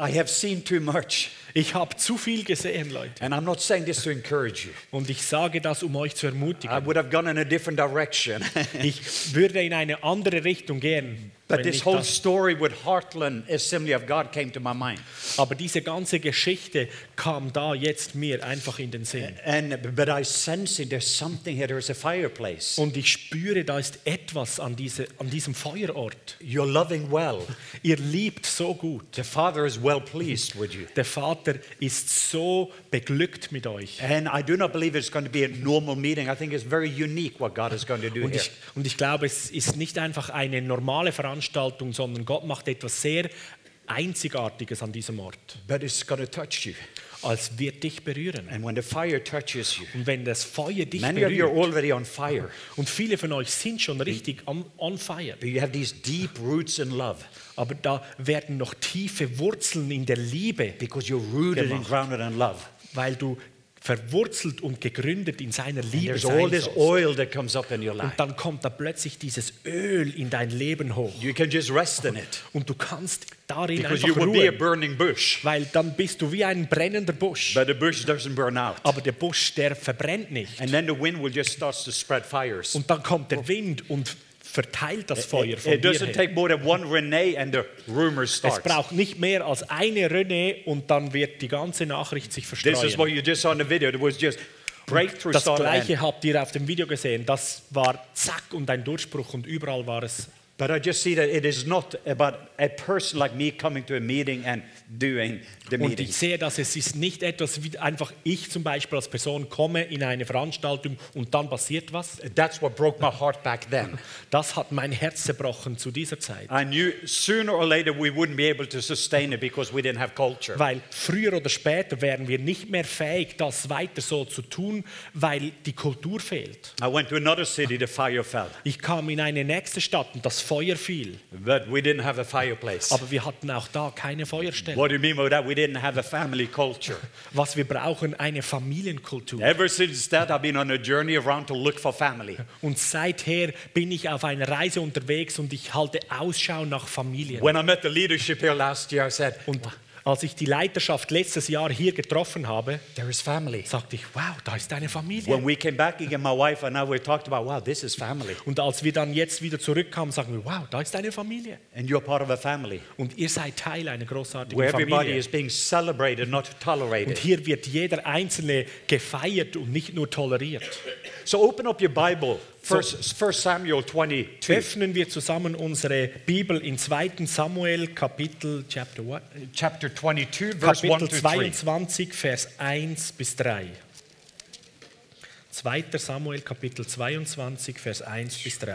S2: I have seen too much.
S3: Ich habe zu viel gesehen, Leute.
S2: And I'm not saying this to encourage you.
S3: Und ich sage das, um euch zu
S2: I
S3: ermutigen.
S2: would have gone in a different direction.
S3: Ich würde in eine andere Richtung gehen.
S2: but
S3: wenn
S2: this
S3: ich
S2: whole
S3: das,
S2: story with Heartland Assembly of God came to my mind.
S3: aber diese ganze Geschichte kam da jetzt mir einfach in den Sinn.
S2: And but I sense it, there's something here. There's a fireplace.
S3: Und ich spüre, da ist etwas an, diese, an diesem Feuerort.
S2: You're loving well.
S3: Ihr liebt so gut.
S2: The Father is well pleased with you.
S3: Der Vater ist so beglückt mit euch.
S2: And I do not believe it's going to be a normal meeting. I think it's very unique what God is going to do
S3: Und
S2: here.
S3: ich, und ich glaube, es ist nicht einfach eine normale Veranstaltung, sondern Gott macht etwas sehr Einzigartiges an diesem Ort.
S2: But it's going to touch you.
S3: Als wird dich berühren.
S2: And when the fire touches you,
S3: Und wenn das Feuer dich
S2: many of you are
S3: berührt,
S2: already on fire.
S3: Und viele von euch sind schon richtig on, on fire.
S2: But you have these deep roots in love
S3: Aber da werden noch tiefe Wurzeln in der Liebe,
S2: because you're rooted and grounded in love.
S3: weil du verwurzelt und gegründet in seiner
S2: And
S3: Liebe
S2: there's all
S3: sein
S2: this
S3: sollst.
S2: oil that comes up in your
S3: Und
S2: life.
S3: dann kommt da plötzlich dieses Öl in dein Leben hoch.
S2: You can just rest in it
S3: Und du kannst darin
S2: because
S3: einfach
S2: you will be a
S3: ruhen,
S2: burning bush.
S3: weil dann bist du wie ein brennender Busch.
S2: But the bush doesn't burn out.
S3: Aber der Busch, der verbrennt nicht.
S2: And then the wind will just start to spread fires.
S3: Und dann kommt der Wind und verteilt das Feuer
S2: It,
S3: von
S2: it
S3: dir
S2: doesn't
S3: her.
S2: take more than one Renee and the rumor
S3: Es
S2: starts.
S3: braucht nicht mehr als eine René und dann wird die ganze Nachricht sich
S2: This is
S3: verstreuen.
S2: what you just saw in the video. It was just breakthrough
S3: Das
S2: started.
S3: gleiche habt ihr auf dem Video gesehen. Das war zack und ein Durchbruch und überall war es.
S2: But I just see that it is not about a person like me coming to a meeting and doing the
S3: Und
S2: meeting.
S3: ich sehe, dass es ist nicht etwas wie einfach ich zum Beispiel als Person komme in eine Veranstaltung und dann passiert was.
S2: That's what broke my heart back then.
S3: Das hat mein Herz zerbrochen zu dieser Zeit.
S2: I knew sooner or later we wouldn't be able to sustain it because we didn't have culture.
S3: Weil früher oder später wären wir nicht mehr fähig, das weiter so zu tun, weil die Kultur fehlt.
S2: I went to another city, the fire fell.
S3: Ich kam in eine nächste Stadt und das Feuer fiel.
S2: But we didn't have a fireplace.
S3: Aber wir hatten auch da keine Feuerstelle.
S2: What do you mean by that? We didn't have a family culture.
S3: Was wir brauchen, eine Familienkultur.
S2: Ever since that, I've been on a journey around to look for family.
S3: Und seither bin ich auf einer Reise unterwegs und ich halte Ausschau nach Familien.
S2: When I met the leadership here last year, I said,
S3: Und als ich die Leiterschaft letztes Jahr hier getroffen habe,
S2: There is family.
S3: sagte ich, wow, da ist eine
S2: When
S3: Familie.
S2: we came back again, my wife and I, we talked about, wow, this is family.
S3: Und als wir dann jetzt wieder zurückkamen, sagen wir, wow, da ist eine Familie.
S2: And you're part of a family
S3: Und ihr seid Teil einer großartigen
S2: where everybody
S3: Familie.
S2: is being celebrated, not
S3: Und
S2: tolerated.
S3: hier wird jeder Einzelne gefeiert und nicht nur toleriert.
S2: So open up your Bible, First, First Samuel 22,
S3: Öffnen wir zusammen unsere Bibel in 2. Samuel Kapitel Chapter what?
S2: chapter 22, verse 1
S3: Kapitel
S2: to 3.
S3: 22 Vers 1 bis 3. 2. Samuel Kapitel 22 Vers 1 bis 3.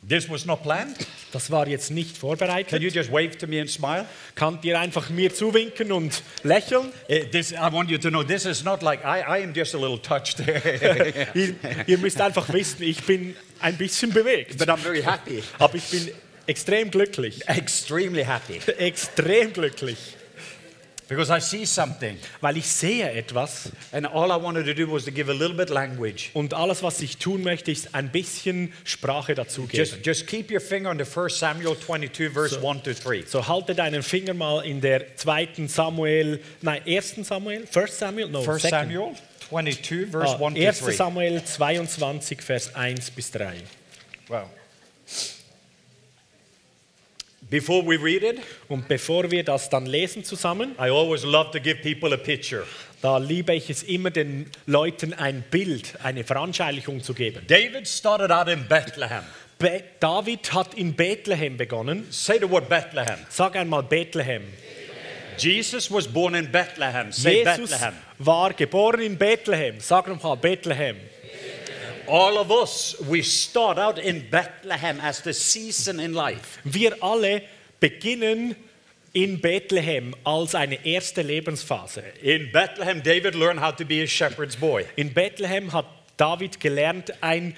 S2: This was not planned.
S3: Das war jetzt nicht
S2: Can you
S3: vorbereitet.
S2: just wave to me and smile?
S3: Könnt ihr einfach mir zuwinken und lächeln?
S2: Eh, this, I want you to know this is not like I, I am just a little touched,
S3: Ihr, ihr müsst einfach wissen, ich bin ein bisschen bewegt,
S2: but I'm very happy,
S3: aber ich bin extrem glücklich.
S2: extremely happy,
S3: Extrem glücklich,
S2: because I see something.
S3: weil ich sehe etwas
S2: And all I wanted to do was to give a little bit language.
S3: und alles, was ich tun möchte, ist ein bisschen Sprache dazugeben.
S2: Just, just keep your finger on the First Samuel 22, verse 1 to 3.
S3: So halte deinen Finger mal in der zweiten Samuel, nein, ersten Samuel, first Samuel, no,
S2: First
S3: second.
S2: Samuel Oh, 22, verse
S3: Ah,
S2: 1 to
S3: 1.
S2: 3.
S3: Samuel 22, Vers 1 bis 3.
S2: Wow. Before we read it,
S3: Und bevor wir das dann lesen zusammen,
S2: I always love to give people a picture.
S3: da liebe ich es immer, den Leuten ein Bild, eine Veranschaulichung zu geben.
S2: David started out in Bethlehem.
S3: Be David hat in Bethlehem begonnen.
S2: Say the word Bethlehem.
S3: Sag einmal Bethlehem.
S2: Jesus was born in Bethlehem. Say
S3: Jesus
S2: Bethlehem.
S3: war geboren in Bethlehem. Sag nochmal Bethlehem.
S2: All of us, we start out in Bethlehem as the season in life.
S3: Wir alle beginnen in Bethlehem als eine erste Lebensphase.
S2: In Bethlehem, David learned how to be a shepherd's boy.
S3: In Bethlehem hat David gelernt, ein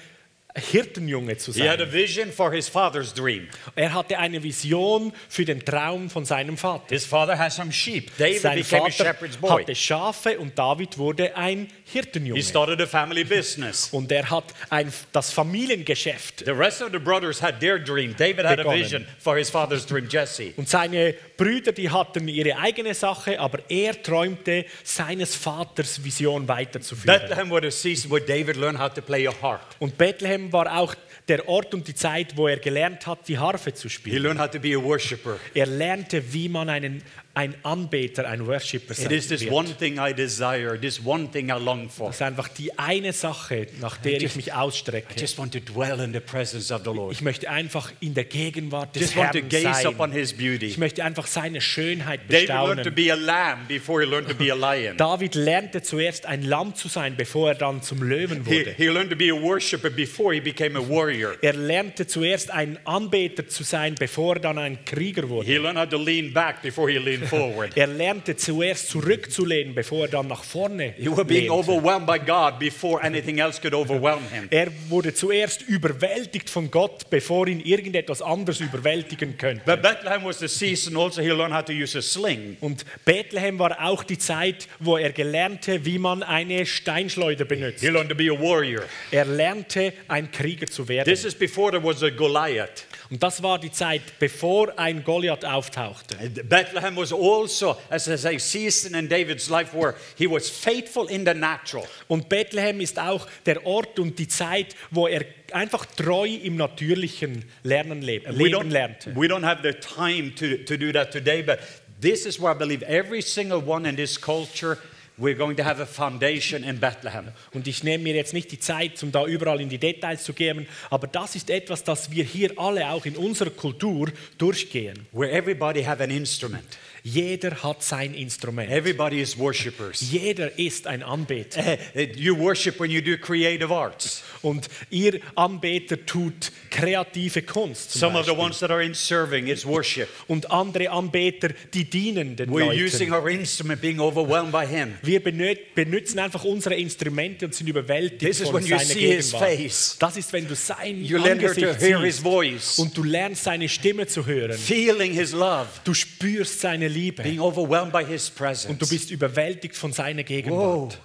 S3: Hirtenjunge zu
S2: He had a
S3: sein.
S2: vision for his father's dream.
S3: Er hatte eine Vision für den Traum von seinem Vater.
S2: His father had some sheep. David
S3: Sein
S2: became a
S3: Vater
S2: shepherd's boy.
S3: hatte Schafe und David wurde ein
S2: He
S3: Hirtenjunge.
S2: started a family business.
S3: Und er hat ein, das Familiengeschäft.
S2: The rest of the brothers had their dream. David had a
S3: Begonnen.
S2: vision for his father's dream, Jesse.
S3: Und seine Brüder, die hatten ihre eigene Sache, aber er träumte, seines Vaters Vision weiterzuführen.
S2: Bethlehem was a season where David learned how to play a harp.
S3: Und Bethlehem war auch der Ort und die Zeit, wo er gelernt hat, die Harfe zu
S2: He
S3: spielen.
S2: learned how to be a worshiper.
S3: Er lernte, wie man einen, ein Anbeter, ein Worshipper sein
S2: It is this
S3: wird.
S2: one thing I desire, this one thing I long for.
S3: Das ist einfach die eine Sache, nach der ich mich
S2: I
S3: ausstrecke.
S2: just want to dwell in the presence of the Lord.
S3: Ich möchte einfach in der Gegenwart des
S2: Just want to
S3: Herrn
S2: gaze upon
S3: sein.
S2: his
S3: Ich
S2: beauty.
S3: möchte einfach seine Schönheit
S2: David learned to
S3: bestaunen.
S2: be a lamb before he learned to be a lion.
S3: David lernte zuerst ein Lamm zu sein, bevor er dann zum Löwen
S2: He,
S3: wurde.
S2: he learned to be a worshiper before he became a warrior.
S3: Er lernte zuerst ein Anbeter zu sein, bevor er dann ein Krieger wurde.
S2: He learned how to lean back before he leaned forward.
S3: Er lernte zuerst zurückzulehnen, bevor er dann nach vorne
S2: You were being
S3: lehnte.
S2: overwhelmed by God before anything else could overwhelm him.
S3: Er wurde zuerst überwältigt von Gott, bevor ihn irgendetwas anderes überwältigen könnte.
S2: But Bethlehem was the season also he learned how to use a sling.
S3: Und Bethlehem war auch die Zeit, wo er gelernte, wie man eine Steinschleuder benutzt.
S2: He learned to be a warrior.
S3: Er lernte, ein Krieger zu
S2: This
S3: werden.
S2: is before there was a Goliath.
S3: Und das war die Zeit, bevor ein Goliath auftauchte.
S2: And Bethlehem was also as I say, season in David's life where he was faithful in the natural.
S3: Und Bethlehem ist auch der Ort und die Zeit, wo er einfach treu im natürlichen Lernen leb-
S2: we
S3: Leben
S2: don't,
S3: lernte.
S2: we don't have the time to, to do that today, but this is where I believe every single one in this culture, we're going to have a foundation in Bethlehem.
S3: Und ich nehme mir jetzt nicht die Zeit, um da überall in die Details zu gehen, aber das ist etwas, das wir hier alle auch in unserer Kultur durchgehen.
S2: where everybody have an instrument.
S3: Jeder hat sein Instrument.
S2: Everybody is worshipers.
S3: Jeder ist ein Anbeter.
S2: Eh, eh, You worship when you do creative arts.
S3: Und ihr Anbeter tut kreative Kunst. Zum
S2: Some of the
S3: Beispiel.
S2: ones that are in serving is worship.
S3: Und andere Anbeter, die dienen den
S2: We're using
S3: Leuten.
S2: our instrument, being overwhelmed by Him.
S3: Wir benöt- benutzen einfach unsere Instrumente und sind überwältigt
S2: This is
S3: von
S2: when you
S3: seiner
S2: see his
S3: Gegenwart.
S2: face.
S3: Das ist, wenn du sein
S2: You learn to
S3: Angesicht
S2: hear his
S3: siehst
S2: voice.
S3: und du lernst seine Stimme zu hören.
S2: Feeling His love,
S3: Du spürst seine Liebe
S2: being overwhelmed by His presence.
S3: und du bist überwältigt von seiner
S2: Whoa.
S3: Gegenwart.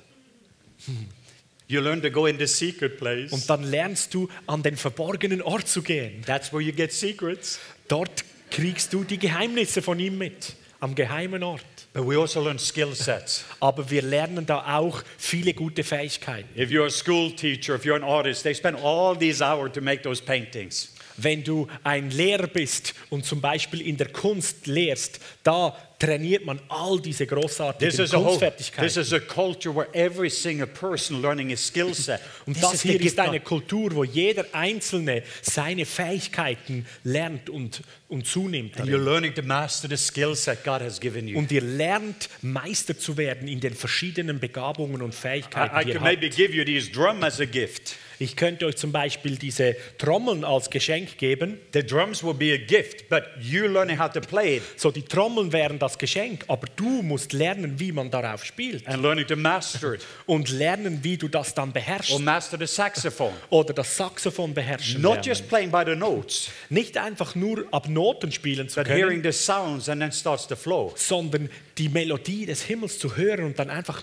S2: You learn to go into secret place.
S3: Und dann lernst du, an den verborgenen Ort zu gehen.
S2: That's where you get secrets.
S3: Dort kriegst du die Geheimnisse von ihm mit, am geheimen Ort.
S2: But we also learn skill sets.
S3: Aber wir lernen da auch viele gute Fähigkeiten.
S2: If you're a school teacher, if you're an artist, they spend all these hours to make those paintings.
S3: Wenn du ein Lehrer bist und zum Beispiel in der Kunst lehrst, da trainiert man all diese
S2: This
S3: großartigen
S2: is a whole, this
S3: Kunstfertigkeiten.
S2: is a culture where every single person learning a skill set.
S3: Und
S2: This
S3: Um das
S2: is the
S3: hier
S2: gift
S3: ist eine
S2: God-
S3: Kultur, wo jeder Einzelne seine Fähigkeiten lernt und, und zunimmt.
S2: And you're
S3: darin.
S2: learning to master the skill set God has given you.
S3: Und ihr lernt, Meister zu werden in den verschiedenen Begabungen und Fähigkeiten,
S2: I, I
S3: die ihr
S2: could
S3: habt.
S2: maybe give you these drum as a gift.
S3: Ich könnte euch zum Beispiel diese Trommeln als Geschenk geben.
S2: The drums will be a gift, but you're learning how to play it
S3: So, die Trommeln wären das Geschenk, aber du musst lernen, wie man darauf spielt.
S2: and learning to master it
S3: Und lernen, wie du das dann
S2: or
S3: beherrschst.
S2: master the saxophone.
S3: Oder das Saxophon beherrschen
S2: Not
S3: lernen.
S2: just playing by the notes,
S3: Nicht einfach nur ab Noten spielen zu
S2: but hearing
S3: können,
S2: the sounds and then starts to flow.
S3: sondern die Melodie des Himmels zu hören und dann einfach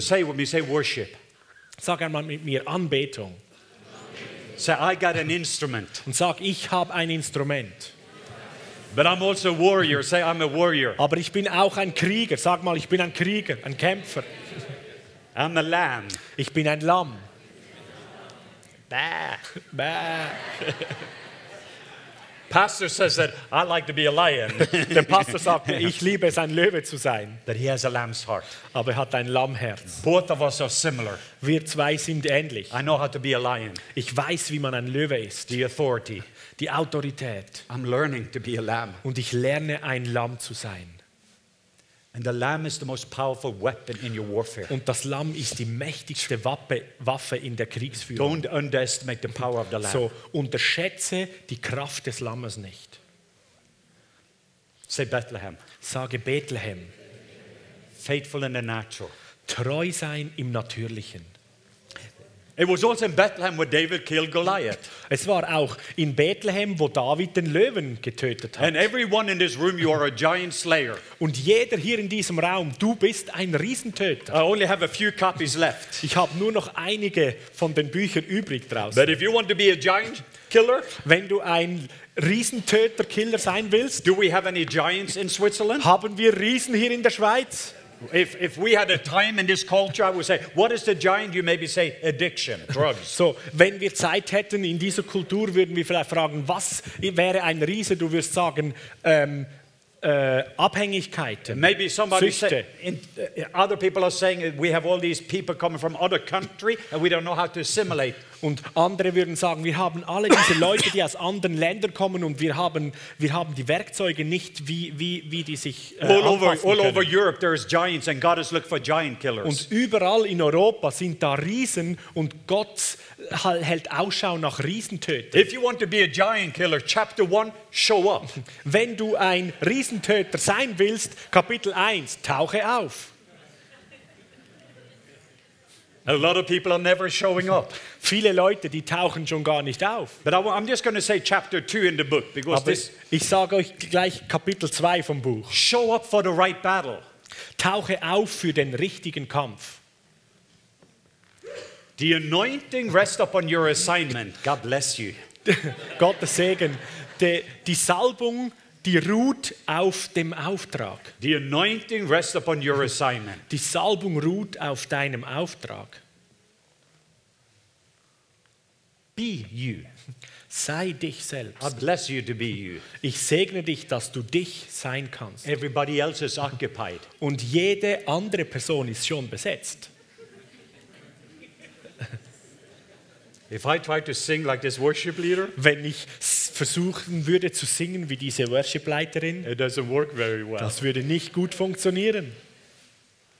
S2: So say with me, say worship.
S3: Sag einmal mit mir Anbetung.
S2: Say, I got an instrument,
S3: Und sag, ich habe ein Instrument.
S2: but I'm also a warrior. Say, I'm a warrior.
S3: Aber ich bin auch ein Krieger. Sag mal, ich bin ein Krieger, ein Kämpfer.
S2: I'm a lamb.
S3: Ich bin ein Lamm.
S2: Bah.
S3: Bäh.
S2: Pastor says that I like to be a lion,
S3: Der Pastor sagt mir, ich liebe es, ein Löwe zu sein,
S2: that he has a lamb's heart.
S3: aber er hat ein Lammherz.
S2: Both of us are similar.
S3: Wir zwei sind ähnlich.
S2: I know how to be a lion,
S3: Ich weiß, wie man ein Löwe ist,
S2: the authority.
S3: die Autorität.
S2: I'm learning to be a lamb.
S3: Und ich lerne, ein Lamm zu sein.
S2: And the lamb is the most powerful weapon in your warfare.
S3: Und das Lamm ist die mächtigste Waffe, Waffe in der Kriegsführung.
S2: Don't underestimate the power of the lamb.
S3: So unterschätze die Kraft des Lammes nicht.
S2: say Bethlehem.
S3: Sage Bethlehem,
S2: Faithful in the natural.
S3: treu sein im Natürlichen.
S2: It was also in Bethlehem where David killed Goliath.
S3: Es war auch in Bethlehem, wo David den Löwen getötet hat.
S2: And everyone in this room, you are a giant slayer.
S3: Und jeder hier in diesem Raum, du bist ein Riesentöter.
S2: I only have a few copies left.
S3: Ich habe nur noch einige von den Büchern übrig draußen.
S2: But if you want to be a giant killer,
S3: Wenn du ein Riesentöter-Killer sein willst,
S2: do we have any giants in Switzerland?
S3: haben wir Riesen hier in der Schweiz.
S2: If, if we had a time in this culture, I would say, what is the giant? You maybe say addiction, drugs.
S3: So, wenn wir Zeit hätten in dieser Kultur, würden wir vielleicht fragen, was wäre ein Riese? Du wirst sagen, ähm, äh, Abhängigkeiten.
S2: Maybe somebody
S3: Süchte.
S2: said, other people are saying that we have all these people coming from other country and we don't know how to assimilate.
S3: Und andere würden sagen, wir haben alle diese Leute, die aus anderen Ländern kommen und wir haben, wir haben die Werkzeuge nicht, wie, wie, wie die sich äh,
S2: all over,
S3: anpassen
S2: all
S3: können.
S2: over Europe, there's giants and God is looking for giant killers.
S3: Und überall in Europa sind da Riesen und Gott hal- hält Ausschau nach Riesentötern.
S2: if you want to be a giant killer, chapter one, show up.
S3: Wenn du ein Riesentöter sein willst, Kapitel 1, tauche auf.
S2: a lot of people are never showing up.
S3: Viele Leute, die tauchen schon gar nicht auf.
S2: But I, am just going to say chapter two in the book because
S3: Aber
S2: this
S3: ich sage euch gleich Kapitel 2 vom Buch.
S2: show up for the right battle.
S3: Tauche auf für den richtigen Kampf.
S2: The anointing rests upon your assignment. God bless you.
S3: Gottes Segen. Die, die Salbung, die ruht auf dem Auftrag.
S2: The anointing rests upon your assignment.
S3: Die Salbung ruht auf deinem Auftrag.
S2: Be you.
S3: Sei dich selbst.
S2: I bless you to be you.
S3: Ich segne dich, dass du dich sein kannst.
S2: Everybody else is occupied.
S3: Und jede andere Person ist schon besetzt.
S2: If I try to sing like this worship leader,
S3: Wenn ich s- versuchen würde zu singen wie diese Worship-Leiterin,
S4: It doesn't work very well.
S3: das würde nicht gut funktionieren.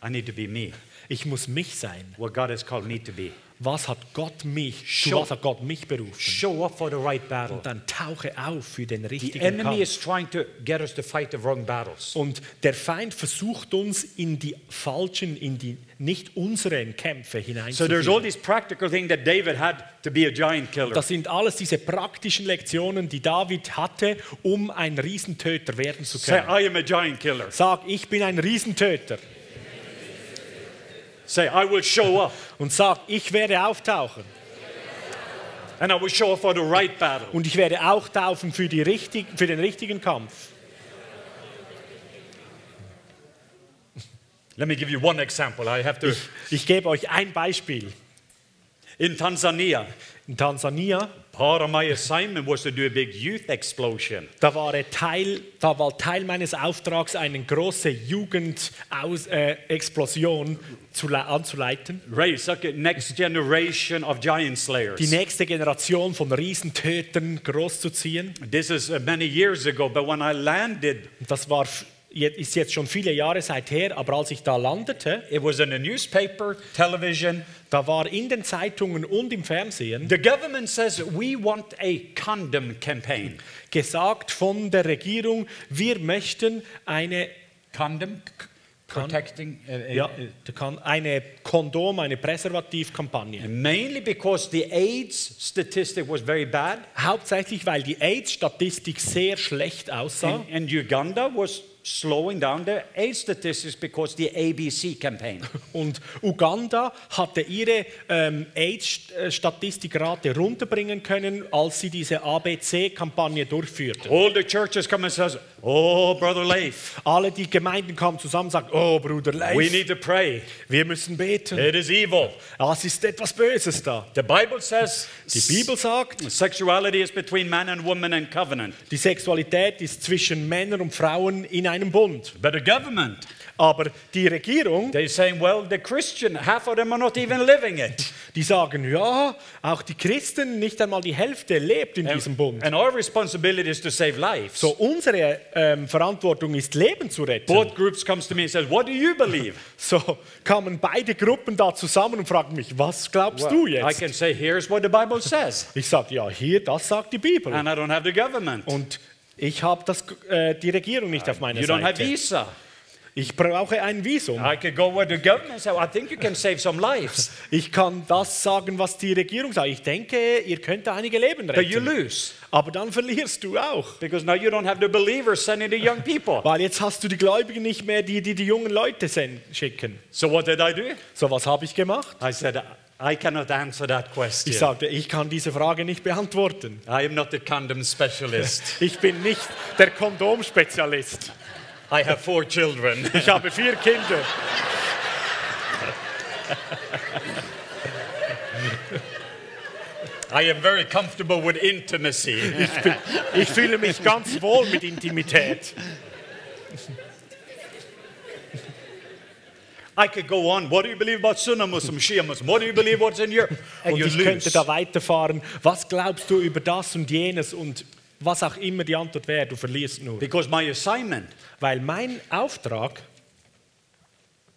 S2: I need to be me.
S3: Ich muss mich sein.
S2: What God has called me to be.
S3: Was hat Gott mich, zu
S2: Show-
S3: was hat Gott mich berufen?
S2: Show up for the right battle.
S3: Und dann tauche auf für den
S2: The
S3: richtigen
S2: enemy is
S3: Kampf.
S2: trying to get us to fight the wrong battles.
S3: Und der Feind versucht uns in die falschen, in die nicht unseren Kämpfe
S2: So there's all
S3: hineinzuführen.
S2: these practical things that David had to be a giant killer.
S3: Das sind alles diese praktischen Lektionen, die David hatte, um ein Riesentöter werden zu
S2: Say,
S3: können.
S2: I am a giant killer.
S3: Sag, ich bin ein Riesentöter.
S2: Say, I will show up.
S3: Und sag, ich werde auftauchen.
S2: And I will show up for the right battle.
S3: Und ich werde auch taufen für, die richtig, für den richtigen Kampf.
S2: Let me give you one example. I have to.
S3: Ich gebe euch ein Beispiel.
S2: In Tanzania,
S3: In Tansania,
S2: part of my assignment was to do a big youth explosion.
S3: da war, er Teil, da war Teil meines Auftrags, eine große Jugendexplosion äh, Explosion zu le- anzuleiten.
S2: Raise, okay, next generation of giant
S3: Die
S2: slayers.
S3: nächste Generation von Riesentötern großzuziehen.
S2: This is uh, many years ago, but when I landed,
S3: Und Das war, f- je- ist jetzt schon viele Jahre seither, aber als ich da landete,
S2: it was in the newspaper, television.
S3: da war in den Zeitungen und im Fernsehen
S2: The government says we want a condom campaign.
S3: gesagt von der Regierung, wir möchten eine
S2: Condom? c- Protecting? uh, uh,
S3: Ja,
S2: uh,
S3: da kann eine Kondom, eine Präservativkampagne.
S2: Mainly because the AIDS statistic was very bad.
S3: Hauptsächlich, weil die AIDS-Statistik sehr schlecht aussah.
S2: And, and Uganda was slowing down the AIDS statistics because the ABC campaign.
S3: Und Uganda hatte ihre ähm, AIDS-Statistikrate runterbringen können, als sie diese ABC-Kampagne durchführten.
S2: All the churches come and says, "Oh, brother Leif,
S3: Alle die Gemeinden kamen zusammen und sagten, oh Bruder
S2: we
S3: Leif,
S2: need to pray.
S3: wir müssen beten.
S2: It is evil."
S3: Das ist etwas Böses da.
S2: The Bible says
S3: Die Bibel sagt,
S2: sexuality is between man and woman and covenant.
S3: die Sexualität ist zwischen Männern und Frauen in einem Bund.
S2: But the government,
S3: Aber die Regierung
S2: they're saying, "Well, the Christian, half of them are not even living it."
S3: Die sagen, ja, auch die Christen, nicht einmal die Hälfte lebt
S2: Ähm,
S3: in diesem Bund.
S2: and our responsibility is to save lives.
S3: So unsere ähm, Verantwortung ist, Leben zu retten.
S2: both groups comes to me and says, "What do you believe?"
S3: So kamen beide Gruppen da zusammen und fragten mich, was glaubst du
S2: I
S3: jetzt?
S2: can say, "Here's what the Bible says,"
S3: Ich sage, ja, hier, das sagt die Bibel.
S2: and I don't have the government.
S3: Und ich habe das, äh, die Regierung nicht auf meiner
S2: You don't have
S3: Seite.
S2: visa.
S3: Ich brauche ein Visum.
S2: I could go where the government says, "I think you can save some lives,"
S3: Ich kann das sagen, was die Regierung sagt. Ich denke, ihr könnt einige Leben
S2: but you
S3: retten.
S2: lose
S3: Aber dann verlierst du auch.
S2: because now you don't have the believers sending the young people.
S3: Weil jetzt hast du die Gläubigen nicht mehr, die die, die jungen Leute sen- schicken.
S2: So what did I do?
S3: So, was habe ich gemacht?
S2: I said, "I cannot answer that
S3: Ich
S2: question.
S3: sagte, ich kann diese Frage nicht beantworten.
S2: I am not a condom specialist.
S3: Ich bin nicht der Kondomspezialist.
S2: I have four children."
S3: Ich habe vier Kinder.
S2: I am very comfortable with intimacy.
S3: Ich fühle mich ganz wohl mit Intimität.
S2: I could go on. What do you believe about Sunni Muslim, Shia Muslim? What do you believe what's in Europe? And
S3: Und
S2: you
S3: ich könnte
S2: lose.
S3: da weiterfahren. Was glaubst du über das und jenes und was auch immer die Antwort wäre, du verlierst nur.
S2: Because my assignment
S3: Weil mein Auftrag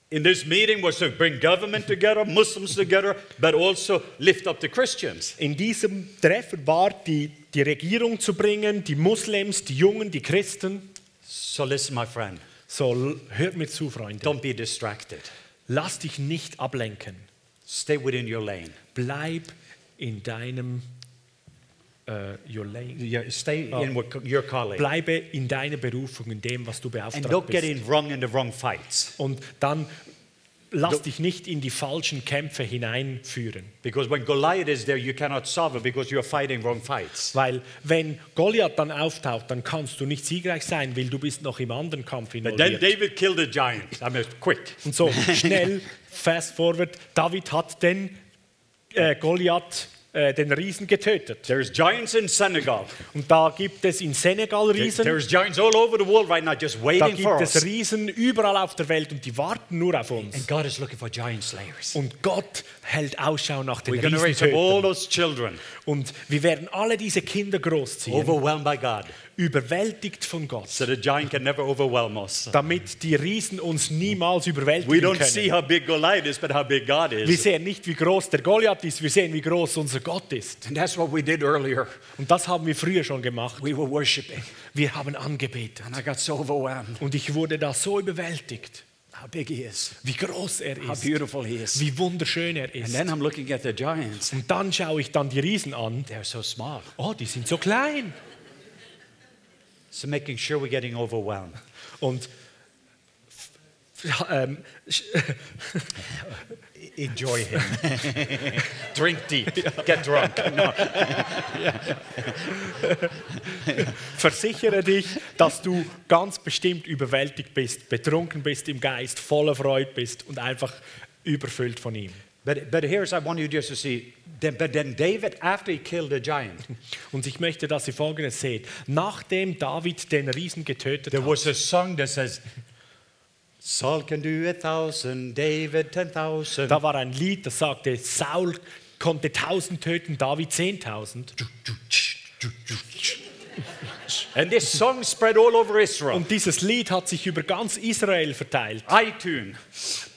S2: in this meeting was to bring government together, Muslims together, but also lift up the Christians.
S3: in diesem Treffen war, die, die Regierung zu bringen, die Muslims, die Jungen, die Christen.
S2: So listen, my friend,
S3: So, l- hört mir zu, Freunde.
S2: don't be distracted.
S3: Lass dich nicht ablenken.
S2: Stay within your lane.
S3: Bleib in deinem äh, your lane.
S2: Yeah, stay in what, co- your calling.
S3: Bleibe in deiner Berufung, in dem, was du
S2: And don't
S3: beauftragt
S2: get
S3: bist.
S2: in wrong in the wrong fights.
S3: Und dann lass dich nicht in die falschen Kämpfe hineinführen.
S2: Because when Goliath is there, you cannot solve it because you're fighting wrong fights.
S3: Weil wenn Goliath dann auftaucht, dann kannst du nicht siegreich sein, weil du bist noch im anderen Kampf
S2: But then
S3: involviert.
S2: David killed the giant. I mean, quick.
S3: Und so, schnell, fast forward, David hat den äh, Goliath äh, den Riesen getötet.
S2: There's giants in Senegal.
S3: Und da gibt es in Senegal Riesen,
S2: There's giants all over the world right now just
S3: da
S2: waiting for
S3: gibt
S2: us.
S3: es Riesen überall auf der Welt und die warten nur auf uns.
S2: And God is looking for giant slayers.
S3: Und Gott hält Ausschau nach den
S2: We're going to raise up all
S3: Riesentötern.
S2: those children,
S3: Und wir werden alle diese Kinder großziehen,
S2: overwhelmed by God,
S3: überwältigt von Gott,
S2: so the giant can never overwhelm us.
S3: damit die Riesen uns niemals
S2: We
S3: überwältigen
S2: don't see
S3: können.
S2: how big Goliath is, but how big God
S3: Wir
S2: is.
S3: sehen nicht, wie groß der Goliath ist, wir sehen, wie groß unser Gott ist.
S2: And that's what we did earlier.
S3: Und das haben wir früher schon gemacht.
S2: We were worshiping,
S3: Wir haben angebetet.
S2: and I got so overwhelmed.
S3: Und ich wurde da so überwältigt,
S2: How big He is,
S3: wie groß er
S2: how
S3: ist,
S2: beautiful He is.
S3: wie wunderschön er
S2: And
S3: ist.
S2: then I'm looking at the giants.
S3: Und dann schaue ich dann die Riesen an.
S2: They're so small.
S3: Oh, die sind so klein.
S2: So making sure we're getting overwhelmed.
S3: Und f- ähm, sch-
S2: E, Enjoy Him. Drink deep. Get drunk.
S3: versichere dich, dass du ganz bestimmt überwältigt bist, betrunken bist im Geist, voller Freude bist und einfach überfüllt von ihm.
S2: But, but here's I want you just to see. Then, but then David, after he killed the giant,
S3: Und ich möchte, dass ihr Folgendes seht. Nachdem David den Riesen getötet
S2: there
S3: hat,
S2: was a song that says, "Saul can do a thousand, David ten thousand.
S3: da war ein Lied, das sagte, Saul konnte 1000 töten, David 10.000.
S2: And this song spread all over Israel.
S3: Und dieses Lied hat sich über ganz Israel verteilt.
S2: iTunes,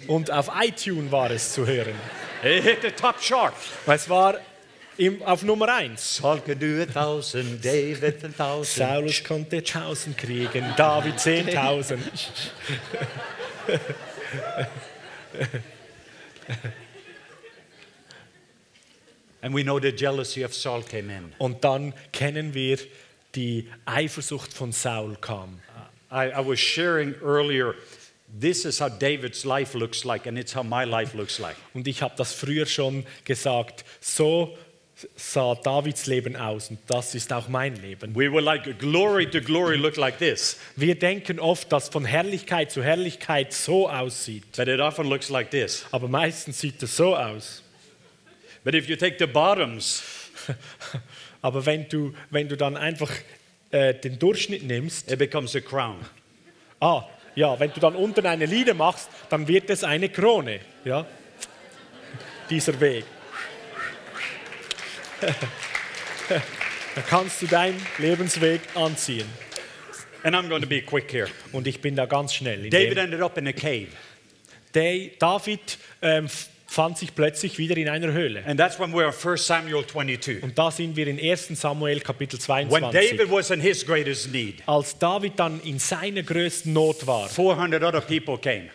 S3: Und auf iTunes war es zu hören.
S2: it hit the top chart.
S3: Es war im, auf Nummer 1.
S2: Saul can do a thousand, David ten thousand.
S3: Saulus konnte 1000 kriegen, David 10.000.
S2: And we know the jealousy of Saul came in.
S3: Und dann kennen wir die Eifersucht von Saul kam.
S2: Uh, I, I was sharing earlier. This is how David's life looks like, and it's how my life looks like.
S3: Und ich habe das früher schon gesagt, so sah Davids Leben aus und das ist auch mein Leben.
S2: We were like glory to glory, look like this,
S3: Wir denken oft, dass von Herrlichkeit zu Herrlichkeit so aussieht,
S2: but it often looks like this.
S3: aber meistens sieht es so aus.
S2: But if you take the bottoms,
S3: Aber wenn du, wenn du dann einfach äh, den Durchschnitt nimmst,
S2: it becomes a crown.
S3: ah, ja, wenn du dann unten eine Linie machst, dann wird es eine Krone, ja? Dieser Weg. dann kannst du deinen Lebensweg anziehen.
S2: And I'm going to be quick here.
S3: Und ich bin da ganz schnell. in
S2: David
S3: dem-
S2: ended up in a cave.
S3: Da- David ähm, fand sich plötzlich wieder in einer Höhle.
S2: And that's when we're in 1 Samuel 22.
S3: Und da sind wir in 1 Samuel Kapitel
S2: When David
S3: 22.
S2: was in his greatest need,
S3: Als David dann in seiner größten Not war,
S2: 400 other people came.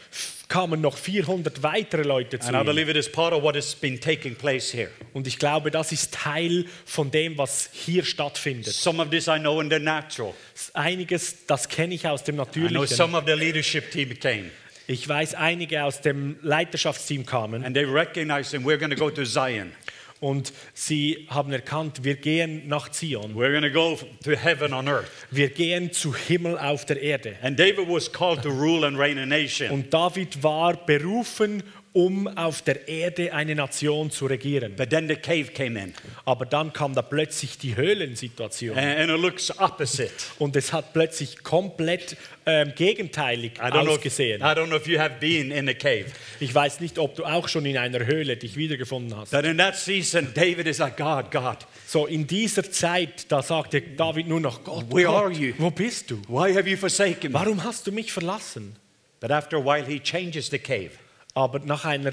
S3: kamen noch 400 weitere Leute zu
S2: And I
S3: ihm.
S2: believe it is part of what has been taking place here.
S3: Und ich glaube, das ist Teil von dem, was hier stattfindet.
S2: Some of this I know in the natural.
S3: Einiges, das kenne ich aus dem
S2: I know
S3: Natürlichen.
S2: some of the leadership team came.
S3: Ich weiß, einige aus dem Leiterschaftsteam kamen
S2: And they recognized him. We're going to go to Zion.
S3: und sie haben erkannt, wir gehen nach Zion.
S2: We're going to go to heaven on earth.
S3: Wir gehen zu Himmel auf der Erde.
S2: And David was called to rule and reign a nation.
S3: Und David war berufen, um auf der Erde eine Nation zu regieren.
S2: But then the cave came in.
S3: Aber dann kam da plötzlich die Höhlensituation.
S2: And and it looks opposite.
S3: Und es hat plötzlich komplett ähm, gegenteilig
S2: I don't, know
S3: ausgesehen.
S2: if, I don't know if you have been in a cave.
S3: Ich weiß nicht, ob du auch schon in einer Höhle dich wiedergefunden hast.
S2: But in that season, David is like, God, God,
S3: So in dieser Zeit, da sagte David nur noch Gott,
S2: Where
S3: Gott,
S2: are you?
S3: wo bist du?
S2: why have you forsaken me?
S3: Warum hast du mich verlassen?
S2: But after a while, he changes the cave.
S3: Aber nach einer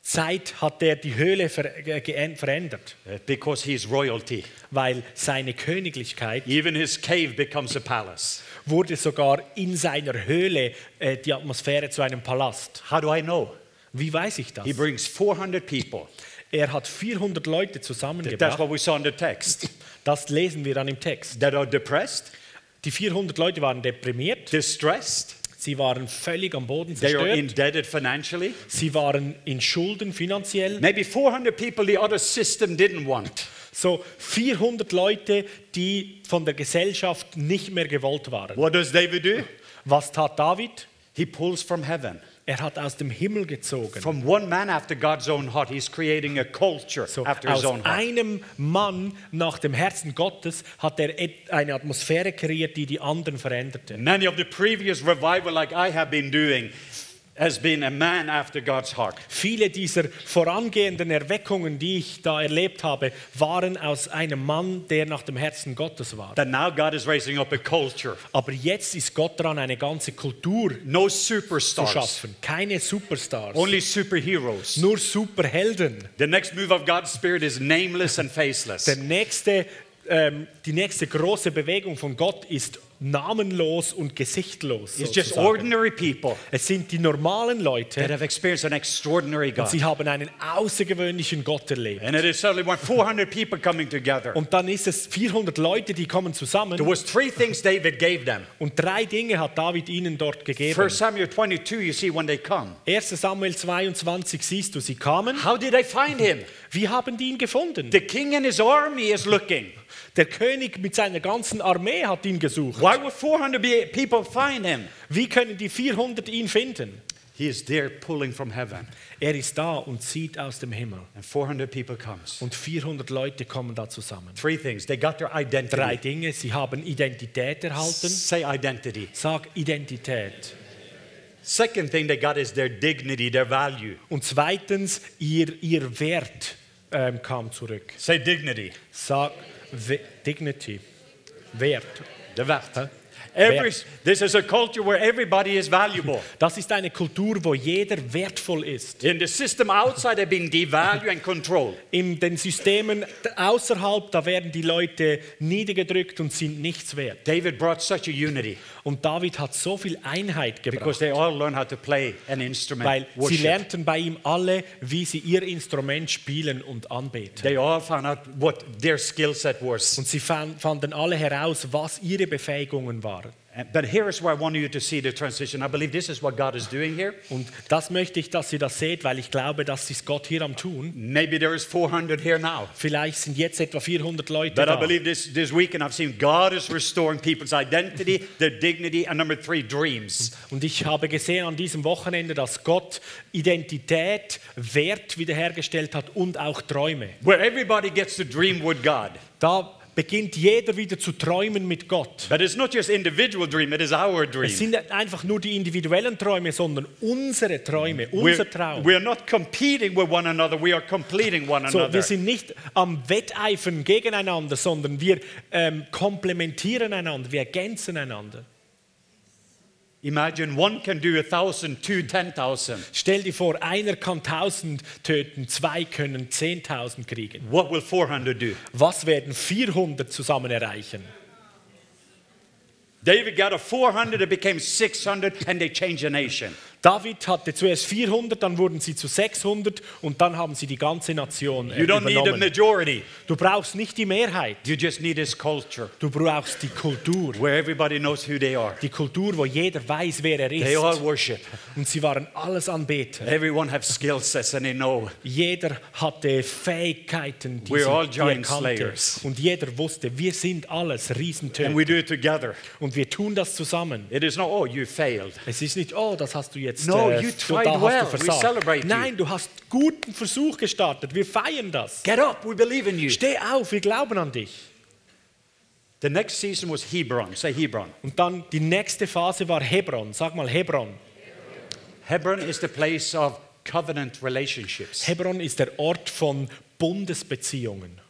S3: Zeit hat er die Höhle ver ge- ge- verändert,
S2: uh, Because he's royalty.
S3: weil seine Königlichkeit
S2: Even his cave becomes a palace.
S3: wurde sogar in seiner Höhle äh, die Atmosphäre zu einem Palast.
S2: How do I know?
S3: Wie weiß ich das?
S2: He brings 400 people.
S3: Er hat 400 Leute
S2: That's
S3: zusammengebracht.
S2: what we saw in the text.
S3: Das lesen wir dann im Text.
S2: That are depressed,
S3: Die 400 Leute waren deprimiert,
S2: distressed,
S3: sie waren völlig am Boden
S2: they are
S3: zerstört,
S2: indebted financially.
S3: sie waren in Schulden finanziell.
S2: Maybe 400 people the other system didn't want.
S3: So 400 Leute, die von der Gesellschaft nicht mehr gewollt waren.
S2: What does David do?
S3: Was tat David?
S2: He pulls from heaven.
S3: Er hat aus dem Himmel gezogen.
S2: From one man after God's own heart, he's creating a culture
S3: So,
S2: after his
S3: aus
S2: own heart.
S3: einem Mann nach dem Herzen Gottes hat er et- eine Atmosphäre kreiert, die die anderen veränderte.
S2: Many of the previous revival, like I have been doing, has been a man after God's heart.
S3: Viele dieser vorangehenden Erweckungen, die ich da erlebt habe, waren aus einem Mann, der nach dem Herzen Gottes war.
S2: That now God is raising up a culture.
S3: Aber jetzt ist Gott dran, eine ganze Kultur
S2: No
S3: zu
S2: superstars,
S3: schaffen. Keine Superstars,
S2: only superheroes.
S3: nur Superhelden.
S2: The next move of God's Spirit is nameless and faceless.
S3: Der nächste, ähm, die nächste große Bewegung von Gott ist namenlos und gesichtlos.
S2: It's just
S3: sozusagen.
S2: ordinary people
S3: Es sind die normalen
S2: that
S3: Leute,
S2: have experienced an extraordinary
S3: und
S2: God.
S3: sie haben einen außergewöhnlichen Gott erlebt.
S2: And it is suddenly when 400 people coming together.
S3: Und dann ist es 400 Leute, die kommen zusammen.
S2: There was three things David gave them.
S3: Und drei Dinge hat David ihnen dort gegeben.
S2: First Samuel 22, you see when they come.
S3: 1. Samuel 22 siehst du, sie kamen.
S2: How did they find him?
S3: Wie haben die ihn gefunden?
S2: The king and his army is looking.
S3: Der König mit seiner ganzen Armee hat ihn gesucht.
S2: Why would 400 be- people find him?
S3: Wie können die 400 ihn finden?
S2: He is there pulling from heaven.
S3: Er ist da und sieht aus dem Himmel.
S2: And 400 people comes.
S3: Und 400 Leute kommen da zusammen.
S2: Three things. They got their
S3: Drei
S2: identity.
S3: Dinge, sie haben Identität erhalten.
S2: Say identity.
S3: Sag Identität.
S2: Second thing they got is their dignity, their value.
S3: Und zweitens, ihr, ihr Wert ähm, kam zurück.
S2: Say dignity.
S3: Sag We Dignity. Wert.
S2: The VAT. Every, this is a culture where everybody is valuable.
S3: Das ist eine Kultur, wo jeder wertvoll ist.
S2: In the system outside, they've been devalued and controlled.
S3: In den Systemen außerhalb, da werden die Leute niedergedrückt und sind nichts wert.
S2: David brought such a unity
S3: Und David hat so viel Einheit
S2: because
S3: gebracht,
S2: they all learn how to play an instrument.
S3: weil sie
S2: worship.
S3: lernten bei ihm alle, wie sie ihr Instrument spielen und anbeten.
S2: They all found out what their skill set was.
S3: Und sie fan- fanden alle heraus, was ihre Befähigungen waren.
S2: And- But here is where I want you to see the transition. I believe this is what God is doing here.
S3: Und das möchte ich, dass ihr das seht, weil ich glaube, dass es Gott hier am tun.
S2: Maybe there is 400 here now.
S3: Vielleicht sind jetzt etwa 400 Leute
S2: But I
S3: da.
S2: believe this, this weekend I've seen God is restoring people's identity, their dignity, and number three, dreams.
S3: Und ich habe gesehen an diesem Wochenende, dass Gott Identität, Wert wiederhergestellt hat und auch Träume.
S2: Where everybody gets to dream with God.
S3: Da beginnt jeder wieder zu träumen mit Gott.
S2: But it's not just individual dream, it is our
S3: Es
S2: dream.
S3: sind nicht einfach nur die individuellen Träume, sondern unsere Träume, unser
S2: We're,
S3: Traum.
S2: we're not competing with one another, we are completing one
S3: So, wir
S2: another.
S3: sind nicht am Wetteifern gegeneinander, sondern wir ähm, komplementieren einander, wir ergänzen einander.
S2: Imagine one can do a thousand, two, ten thousand.
S3: Stell dir vor, einer kann 1000 töten, zwei können 10.000 kriegen.
S2: What will 400 do?
S3: Was werden 400 zusammen erreichen?
S2: David got a 400, it became 600, and they changed the nation.
S3: David hatte zuerst 400, dann wurden sie zu 600 und dann haben sie die ganze Nation äh,
S2: You don't need a
S3: übernommen.
S2: majority,
S3: Du brauchst nicht die Mehrheit,
S2: you just need his culture
S3: du brauchst die Kultur.
S2: where everybody knows who they are.
S3: Die Kultur, wo jeder weiß, wer er
S2: They all
S3: ist.
S2: worship.
S3: Und sie waren alles Anbeter.
S2: Everyone have skill sets and they know.
S3: Jeder hatte Fähigkeiten, die,
S2: We're
S3: sie,
S2: all
S3: die er
S2: giant
S3: kannte.
S2: slayers.
S3: Und jeder wusste, wir sind alles
S2: And
S3: Riesentöter.
S2: we do it together.
S3: Und wir tun das zusammen.
S2: It is not, oh, you failed.
S3: Es ist nicht, oh, das hast du jetzt
S2: No,
S3: äh,
S2: you
S3: du-
S2: tried
S3: da
S2: well. We
S3: hast du versagt.
S2: celebrate you.
S3: Nein, du hast guten Versuch gestartet. Wir feiern das.
S2: Get up, we believe in you.
S3: Steh auf, wir glauben an dich.
S2: The next season was Hebron. Say Hebron.
S3: Und dann die nächste Phase war Hebron. Sag mal Hebron.
S2: Hebron is the place of covenant relationships.
S3: Hebron ist der Ort von Bundesbeziehungen.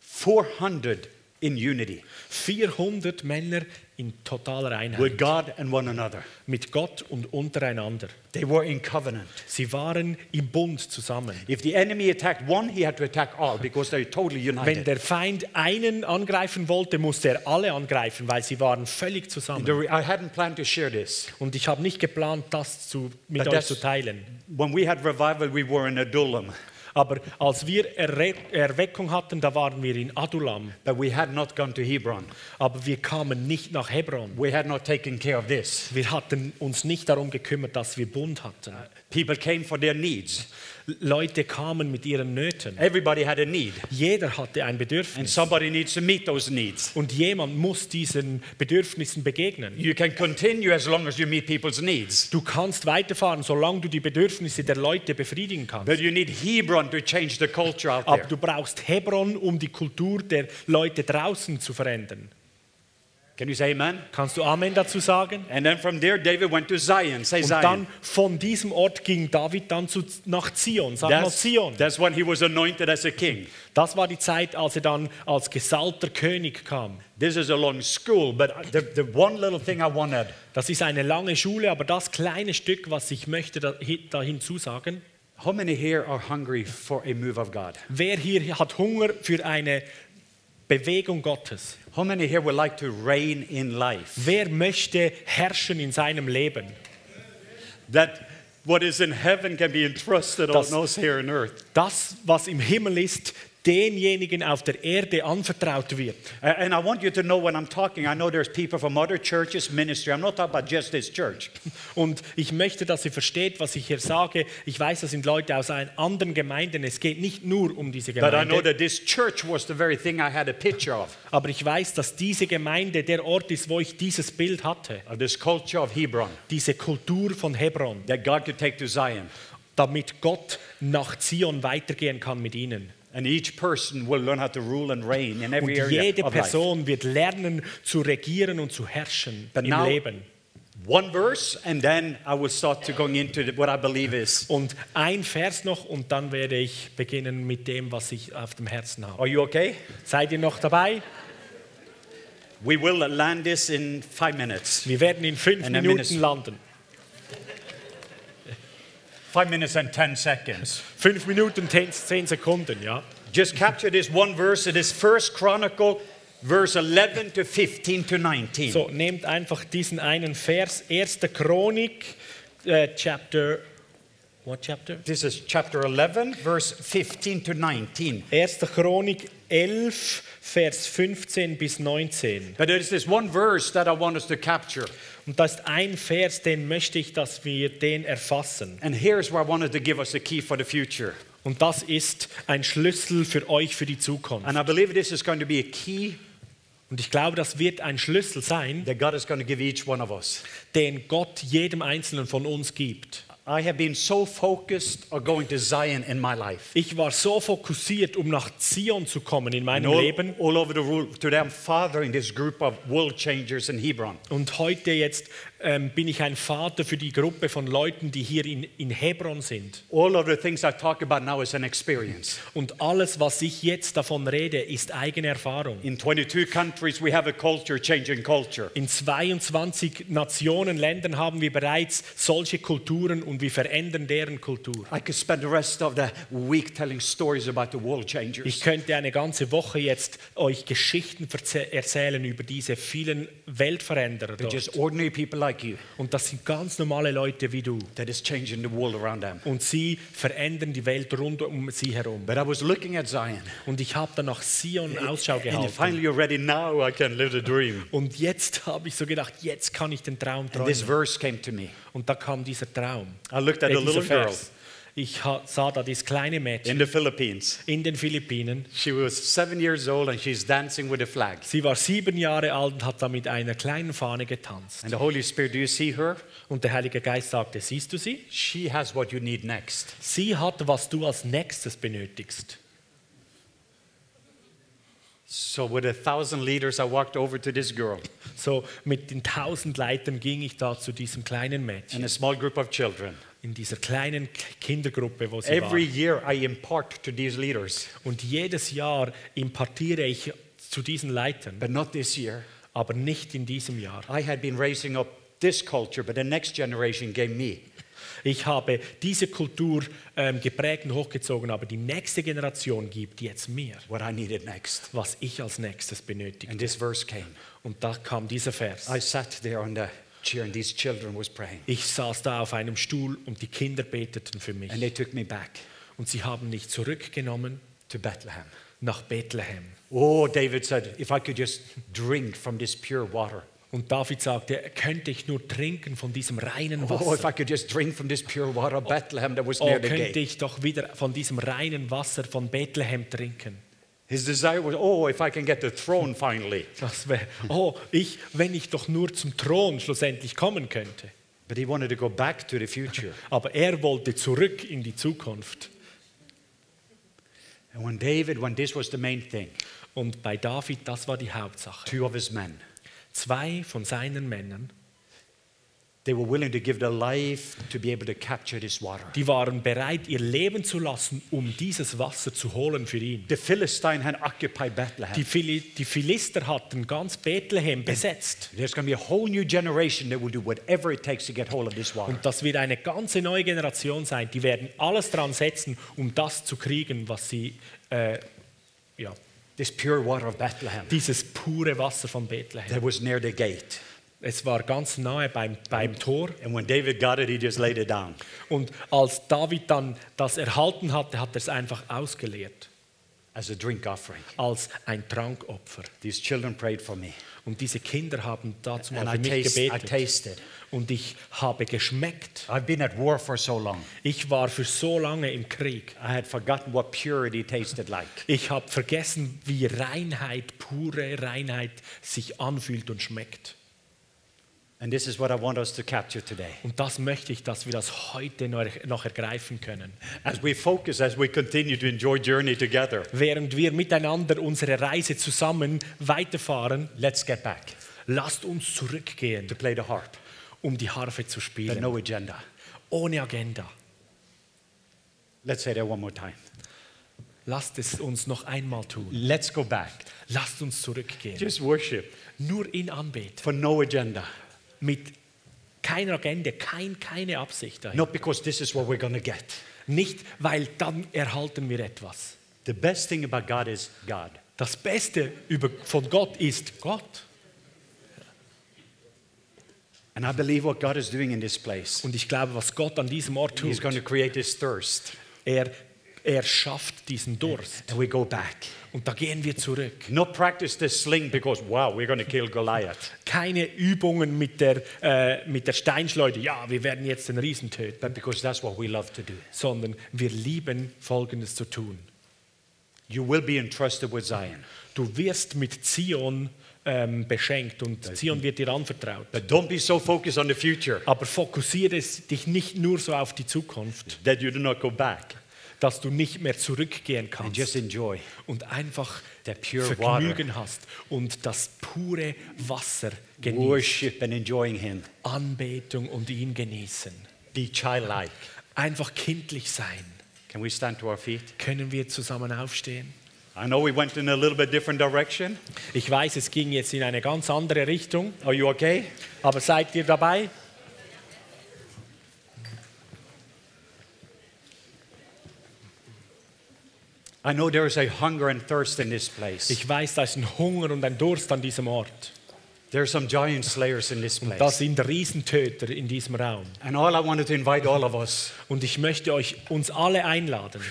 S2: 400 in unity
S3: 400 Männer in totaler
S2: with
S3: Einheit.
S2: God and one another.
S3: Mit Gott und untereinander.
S2: They were in covenant.
S3: Sie waren im Bund zusammen.
S2: If the enemy attacked one, he had to attack all because they're totally
S3: Wenn
S2: united.
S3: der Feind einen angreifen wollte, musste er alle angreifen, weil sie waren völlig
S2: The
S3: zusammen.
S2: re- I hadn't planned to share this.
S3: Und ich habe nicht geplant, das zu, mit
S2: But
S3: euch
S2: that's-
S3: zu teilen.
S2: When we had revival, we were in Adullam,
S3: Aber als wir Erre Erweckung hatten, da waren wir in Adulam.
S2: but we had not gone to Hebron.
S3: Aber wir kamen nicht nach Hebron.
S2: We had not taken care of this.
S3: Wir hatten uns nicht darum gekümmert, dass wir Bund hatten.
S2: People came for their needs.
S3: Leute kamen mit ihren Nöten.
S2: Everybody had a need,
S3: Jeder hatte ein
S2: and
S3: Bedürfnis.
S2: somebody needs to meet those needs.
S3: Und jemand muss diesen Bedürfnissen begegnen.
S2: You can continue as long as you meet people's needs.
S3: Du kannst weiterfahren, solange du die Bedürfnisse der Leute befriedigen kannst.
S2: But you need Hebron to change the culture out
S3: Aber
S2: there.
S3: du brauchst Hebron, um die Kultur der Leute draußen zu verändern.
S2: Can you say amen?
S3: Kannst du Amen dazu sagen?
S2: And then from there, David went to Zion. Say
S3: Und
S2: Zion.
S3: dann von diesem Ort ging David dann zu, nach Zion. Sag mal
S2: That's,
S3: Zion.
S2: that's when he was anointed as a king.
S3: Das war die Zeit, als er dann als gesalter König kam.
S2: This is a long school, but the, the one little thing I wanted
S3: Das ist eine lange Schule, aber das kleine Stück, was ich möchte da, hi- da hinzusagen.
S2: how many here are hungry for a move of God?
S3: Wer hier hat Hunger für eine Bewegung Gottes?
S2: How many here would like to reign in life?
S3: Wer möchte herrschen in seinem Leben?
S2: That what is in heaven can be entrusted
S3: Das-
S2: on us here on earth.
S3: Das, was im Himmel ist, denjenigen auf der Erde anvertraut wird.
S2: A- And I want you to know when I'm talking, I know there's people from other churches, ministry. I'm not talking about just this church.
S3: Und ich möchte, dass ihr versteht, was ich hier sage. Ich weiß, das sind Leute aus ein- anderen Gemeinden. Es geht nicht nur um diese
S2: But I know
S3: Gemeinde.
S2: that this church was the very thing I had a picture of,
S3: Aber ich weiß, dass diese Gemeinde der Ort ist, wo ich dieses Bild hatte.
S2: of uh, this culture of Hebron
S3: Diese Kultur von Hebron,
S2: that God could take to Zion.
S3: damit Gott nach Zion weitergehen kann mit ihnen.
S2: And each person will learn how to rule and reign in
S3: Und
S2: every area
S3: jede
S2: of life.
S3: Person wird lernen zu regieren und zu herrschen
S2: But
S3: im
S2: now-
S3: Leben.
S2: One verse, and then I will start to going into the- what I believe is.
S3: Und ein Vers noch und dann werde ich beginnen mit dem, was ich auf dem Herzen habe.
S2: Are you okay?
S3: Seid ihr noch dabei?
S2: We will land this in five minutes.
S3: Wir werden in fünf
S2: And a
S3: Minuten
S2: minister.
S3: landen.
S2: Five minutes and ten seconds.
S3: Fünf Minuten, zehn, zehn Sekunden, ja.
S2: Just capture this one verse. It is First Chronicle, verse 11 to 15 to 19.
S3: So, nehmt einfach diesen einen Vers, 1. Chronik, äh, Chapter, what chapter?
S2: this is chapter 11, verse 15 to 19.
S3: 1. Chronik 11, Vers 15 bis 19.
S2: But there is this one verse that I want us to capture.
S3: Und da ist ein Vers, den möchte ich, dass wir den erfassen.
S2: And here's where I wanted to give us a key for the future.
S3: Und das ist ein Schlüssel für euch für die Zukunft.
S2: And I believe this is going to be a key
S3: Und ich glaube, das wird ein Schlüssel sein,
S2: that God is going to give each one of us.
S3: den Gott jedem Einzelnen von uns gibt.
S2: I have been so focused on going to Zion in my life.
S3: Ich war so fokussiert, um nach Zion zu kommen in
S2: And
S3: meinem
S2: all,
S3: Leben.
S2: all over the world. Today I'm fathering this group of world changers in Hebron.
S3: Und heute jetzt ähm, bin ich ein Vater für die Gruppe von Leuten, die hier in, in Hebron sind.
S2: All of the things I talk about now is an experience.
S3: Und alles, was ich jetzt davon rede, ist eigene Erfahrung.
S2: In 22 countries, we have a culture changing culture.
S3: In 22 Nationen, Ländern haben wir bereits solche Kulturen und wir verändern deren Kultur.
S2: I could spend the rest of the week telling stories about the world
S3: Ich
S2: changers.
S3: könnte eine ganze Woche jetzt euch Geschichten verze- erzählen über diese vielen Weltveränderer
S2: They're
S3: dort.
S2: just ordinary people like you
S3: Und das sind ganz normale Leute wie du.
S2: that is changing the world around them.
S3: Und sie verändern die Welt rund um sie herum.
S2: But I was looking at Zion.
S3: Und ich habe dann nach Sion Ausschau
S2: And
S3: gehalten.
S2: finally, already now I can live the dream.
S3: Und jetzt habe ich so gedacht, jetzt kann ich den Traum
S2: And this
S3: träumen.
S2: verse came to me.
S3: Und da kam dieser Traum.
S2: I looked at
S3: äh,
S2: a
S3: dieser
S2: little girl
S3: Vers. Ich ha- sah da dieses kleine
S2: in
S3: Mädchen
S2: the Philippines.
S3: in den Philippinen.
S2: She was seven years old and she's dancing with a flag.
S3: Sie war sieben Jahre alt und hat da mit einer kleinen Fahne getanzt.
S2: And the Holy Spirit, do you see her?
S3: Und der Heilige Geist sagte, siehst du sie?
S2: She has what you need next.
S3: Sie hat, was du als nächstes benötigst.
S2: So, with a thousand leaders, I walked over to this girl
S3: So mit den tausend Leitern ging ich da zu diesem kleinen
S2: and
S3: Mädchen,
S2: a small group of children.
S3: in dieser kleinen K- Kindergruppe, wo sie
S2: Every
S3: war.
S2: year, I impart to these leaders,
S3: Und jedes Jahr impartiere ich zu diesen Leitern,
S2: but not this year.
S3: aber nicht in diesem Jahr.
S2: I had been raising up this culture, but the next generation gave me.
S3: Ich habe diese Kultur ähm, geprägt und hochgezogen, aber die nächste Generation gibt jetzt mir,
S2: What I needed next.
S3: was ich als nächstes benötige.
S2: And this verse came.
S3: Und da kam dieser Vers.
S2: I sat there on the chair, and these children was praying,
S3: Ich saß da auf einem Stuhl und die Kinder beteten für
S2: and they
S3: mich.
S2: took me back
S3: Und sie haben mich zurückgenommen
S2: to Bethlehem.
S3: nach Bethlehem.
S2: Oh, David said, if I could just drink from this pure water.
S3: Und David sagte, könnte ich nur trinken von diesem reinen
S2: Oh, if
S3: Wasser?
S2: I could just drink from this pure water of Bethlehem that was
S3: Oh,
S2: near the
S3: könnte
S2: gate.
S3: ich doch wieder von diesem reinen Wasser von Bethlehem trinken.
S2: His desire was, oh, if I can get the throne finally.
S3: Das wäre, oh, ich, wenn ich doch nur zum Thron schlussendlich kommen könnte.
S2: But he wanted to go back to the future.
S3: Aber er wollte zurück in die Zukunft.
S2: And when David, when this was the main thing,
S3: Und bei David, das war die Hauptsache.
S2: two of his men,
S3: Zwei von seinen Männern,
S2: they were willing to give their life to be able to capture this water.
S3: die waren bereit, ihr Leben zu lassen, um dieses Wasser zu holen für ihn.
S2: The Philistine had occupied
S3: Die,
S2: Bethlehem.
S3: Phili die Philister hatten ganz Bethlehem besetzt.
S2: There's going to be a whole new generation that will do whatever it takes to get hold of this water.
S3: Und das wird eine ganze neue Generation sein. Die werden alles dran setzen, um das zu kriegen, was sie, äh, ja,
S2: This pure water of Bethlehem
S3: dieses pure Wasser von Bethlehem.
S2: that was near the gate.
S3: Es war ganz nahe beim, beim Tor.
S2: And when David got it, he just laid it down.
S3: Und als David dann das erhalten hatte, hat er es einfach ausgeleert.
S2: as a drink offering.
S3: Als ein Trankopfer.
S2: These children prayed for me.
S3: Und diese Kinder haben dazu
S2: And
S3: mal
S2: I
S3: für mich
S2: taste- I
S3: gebetet.
S2: tasted.
S3: Und ich habe geschmeckt.
S2: I've been at war for so long.
S3: Ich war für so lange im Krieg.
S2: I had forgotten what purity tasted like.
S3: Ich habe vergessen, wie Reinheit, pure Reinheit sich anfühlt und schmeckt.
S2: And this is what I want us to capture today.
S3: Und das möchte ich, dass wir das heute noch noch ergreifen können.
S2: As we focus, as we continue to enjoy journey together,
S3: Während wir miteinander unsere Reise zusammen weiterfahren,
S2: let's get back
S3: lasst uns zurückgehen,
S2: to play the harp. Genau.
S3: um die Harfe zu
S2: But
S3: spielen.
S2: no agenda.
S3: Ohne Agenda.
S2: Let's say that one more time.
S3: Lasst es uns noch einmal tun.
S2: Let's go back.
S3: Lasst uns zurückgehen.
S2: Just worship
S3: Nur ihn anbeten.
S2: for no agenda.
S3: Mit keiner Agenda, kein, keine Absicht dahinter.
S2: Not because this is what we're going to get.
S3: Nicht, weil dann erhalten wir etwas.
S2: The best thing about God is God.
S3: Das Beste über, von Gott ist Gott.
S2: And I believe what God is doing in this place,
S3: Und ich glaube, was Gott an diesem Ort
S2: He's
S3: tut,
S2: going to create this thirst.
S3: er, er schafft diesen Durst.
S2: And we go back.
S3: Und da gehen wir zurück.
S2: Not practice the sling because, wow, we're going to kill Goliath.
S3: Keine Übungen mit der, äh, mit der Steinschleuder, ja, wir werden jetzt den Riesen töten,
S2: But because that's what we love to do.
S3: sondern wir lieben Folgendes zu tun.
S2: You will be entrusted with Zion.
S3: Du wirst mit Zion ähm, beschenkt und Zion wird dir anvertraut.
S2: But don't be so focused on the future
S3: Aber fokussiere es dich nicht nur so auf die Zukunft,
S2: that you do not go back.
S3: dass du nicht mehr zurückgehen
S2: And
S3: kannst.
S2: just enjoy.
S3: und einfach
S2: Der pure
S3: Vergnügen hast und das pure Wasser genießt.
S2: Worship and enjoying Him.
S3: Anbetung und ihn genießen.
S2: Be childlike.
S3: Einfach kindlich sein.
S2: Can we stand to our feet?
S3: Können wir zusammen aufstehen?
S2: I know we went in a little bit different direction.
S3: Ich weiß, es ging jetzt in eine ganz andere Richtung,
S2: Are you okay?
S3: aber seid ihr dabei?
S2: I know there is a hunger and thirst in this place.
S3: Ich weiß, da ist ein Hunger und ein Durst an diesem Ort.
S2: There are some giant slayers in this
S3: Da
S2: place.
S3: sind Riesentöter in diesem Raum.
S2: And all I wanted to invite all of us,
S3: Und ich möchte euch uns alle einladen.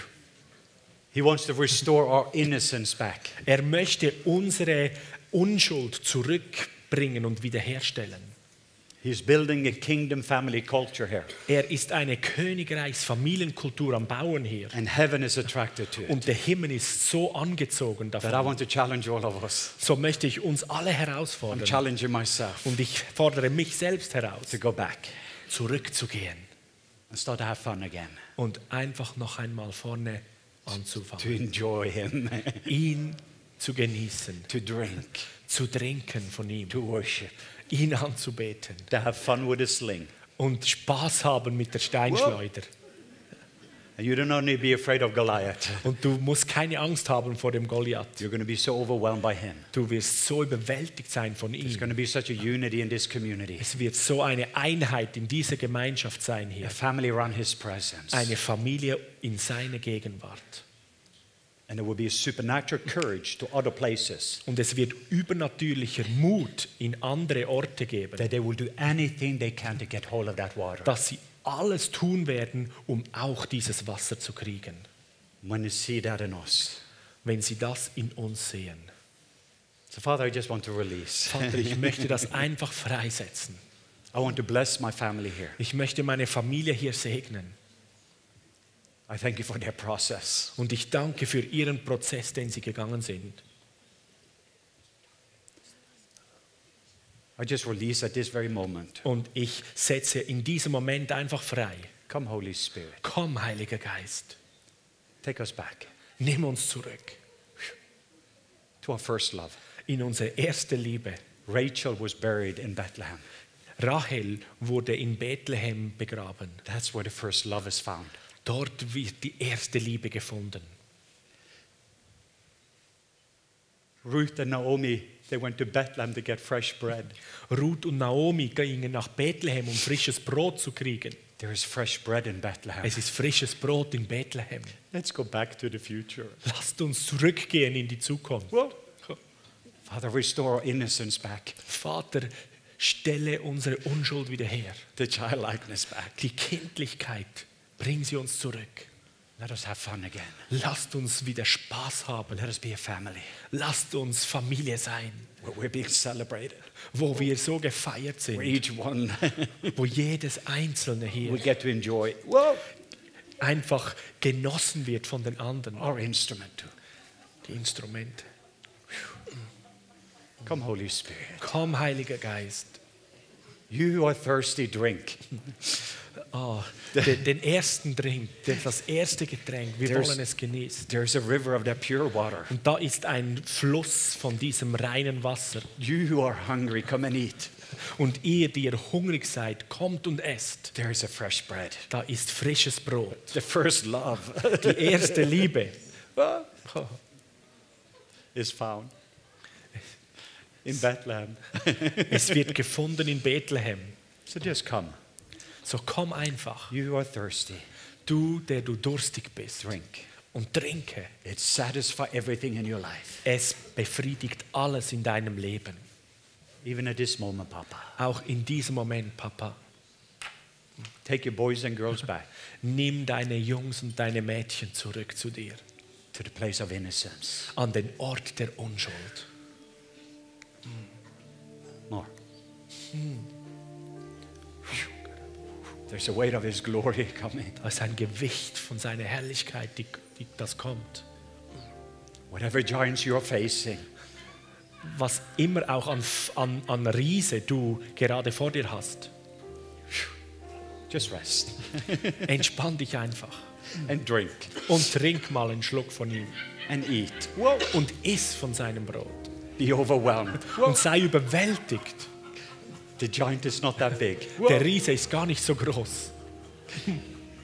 S2: He wants to restore our innocence back.
S3: Er möchte unsere Unschuld zurückbringen und wiederherstellen.
S2: He's building a kingdom family culture here,
S3: Er ist eine Königreichsfamilienkultur am Bauen hier.
S2: and heaven is attracted to it.
S3: Und der Himmel ist so angezogen
S2: But I
S3: davon.
S2: want to challenge all of us.
S3: So möchte ich uns alle
S2: I'm
S3: herausfordern.
S2: challenging myself
S3: Und ich fordere mich selbst heraus,
S2: to go back
S3: zurückzugehen
S2: and start to have fun again,
S3: und einfach noch einmal vorne anzufangen.
S2: to enjoy Him,
S3: Ihn zu genießen,
S2: to drink,
S3: zu trinken von ihm,
S2: to worship,
S3: ihn anzubeten
S2: to have fun with a sling.
S3: und Spaß haben mit der Steinschleuder.
S2: And you don't only be afraid of Goliath,
S3: Und du musst keine Angst haben vor dem Goliath.
S2: you're going to be so overwhelmed by Him.
S3: Du wirst so überwältigt sein von
S2: There's
S3: ihm.
S2: going to be such a unity in this community,
S3: Es wird so eine Einheit in dieser Gemeinschaft sein
S2: a
S3: hier.
S2: family around His presence.
S3: Eine Familie in seiner Gegenwart.
S2: And there will be a supernatural courage to other places
S3: Und es wird übernatürlicher Mut in andere Orte geben,
S2: that they will do anything they can to get hold of that water.
S3: dass sie alles tun werden, um auch dieses Wasser zu kriegen,
S2: When they see that in us,
S3: wenn sie das in uns sehen.
S2: So, Father, I just want to release.
S3: Vater, ich möchte das einfach freisetzen.
S2: I want to bless my family here.
S3: Ich möchte meine Familie hier segnen.
S2: I thank you for their process.
S3: Und ich danke für Ihren Prozess, den Sie gegangen sind.
S2: I just release at this very moment.
S3: Und ich setze in diesem Moment einfach frei.
S2: Come, Holy Spirit,
S3: Komm, Heiliger Geist,
S2: take us back
S3: nimm uns zurück
S2: to our first love.
S3: in unsere erste Liebe.
S2: Rachel was buried in Bethlehem.
S3: Rahel wurde in Bethlehem begraben.
S2: That's where the first love is found.
S3: Dort wird die erste Liebe gefunden.
S2: Ruth and Naomi, they went to Bethlehem to get fresh bread.
S3: Ruth und Naomi gingen nach Bethlehem, um frisches Brot zu kriegen.
S2: There is fresh bread in Bethlehem.
S3: Es ist frisches Brot in Bethlehem.
S2: Let's go back to the future.
S3: Lasst uns zurückgehen in die Zukunft.
S2: Well, Father, restore our innocence back,
S3: Vater, stelle unsere Unschuld wieder her.
S2: the childlikeness back.
S3: Die Kindlichkeit, bring sie uns zurück.
S2: Let us have fun again.
S3: Lasst uns wieder Spaß haben.
S2: Let us be a family
S3: Lasst uns Familie sein,
S2: where we're being celebrated,
S3: wo wir so gefeiert
S2: where
S3: sind,
S2: each one
S3: wo jedes Einzelne
S2: we
S3: hier
S2: get to enjoy well,
S3: einfach genossen wird von den anderen.
S2: our instrument too.
S3: Die Instrumente.
S2: Come, Holy Spirit.
S3: Komm, Heiliger Geist.
S2: You who are thirsty, drink.
S3: Ah, den, den ersten Drink, den- das erste Getränk, wir
S2: There's-
S3: wollen es genießen.
S2: There's a river of that pure water.
S3: Und da ist ein Fluss von diesem reinen Wasser.
S2: You who are hungry, come and eat.
S3: Und ihr, die ihr hungrig seid, kommt und esst.
S2: There is a fresh bread.
S3: Da ist frisches Brot.
S2: The first love
S3: Die erste Liebe
S2: is found in Bethlehem.
S3: Es wird gefunden in Bethlehem.
S2: So just come.
S3: So komm einfach.
S2: You who are thirsty,
S3: Du, der du durstig bist.
S2: drink.
S3: Und trinke.
S2: It satisfies everything in your life.
S3: Es befriedigt alles in deinem Leben.
S2: Even at this moment, Papa.
S3: Auch in diesem Moment, Papa.
S2: Take your boys and girls back
S3: Nimm deine Jungs und deine Mädchen zurück zu dir.
S2: to the place of innocence.
S3: An den Ort der Unschuld.
S2: More. Hmm. There's a weight of His glory coming.
S3: Da ist ein Gewicht von seiner Herrlichkeit, die, die, das kommt.
S2: Whatever giants you're facing,
S3: Was immer auch an, F- an, an Riese du gerade vor dir hast.
S2: just rest
S3: Entspann dich einfach.
S2: and drink
S3: Und trink mal einen Schluck von ihm.
S2: and eat.
S3: und iss von seinem Brot
S2: Be overwhelmed.
S3: und sei überwältigt.
S2: The giant is not that big.
S3: Der Riese ist gar nicht so groß.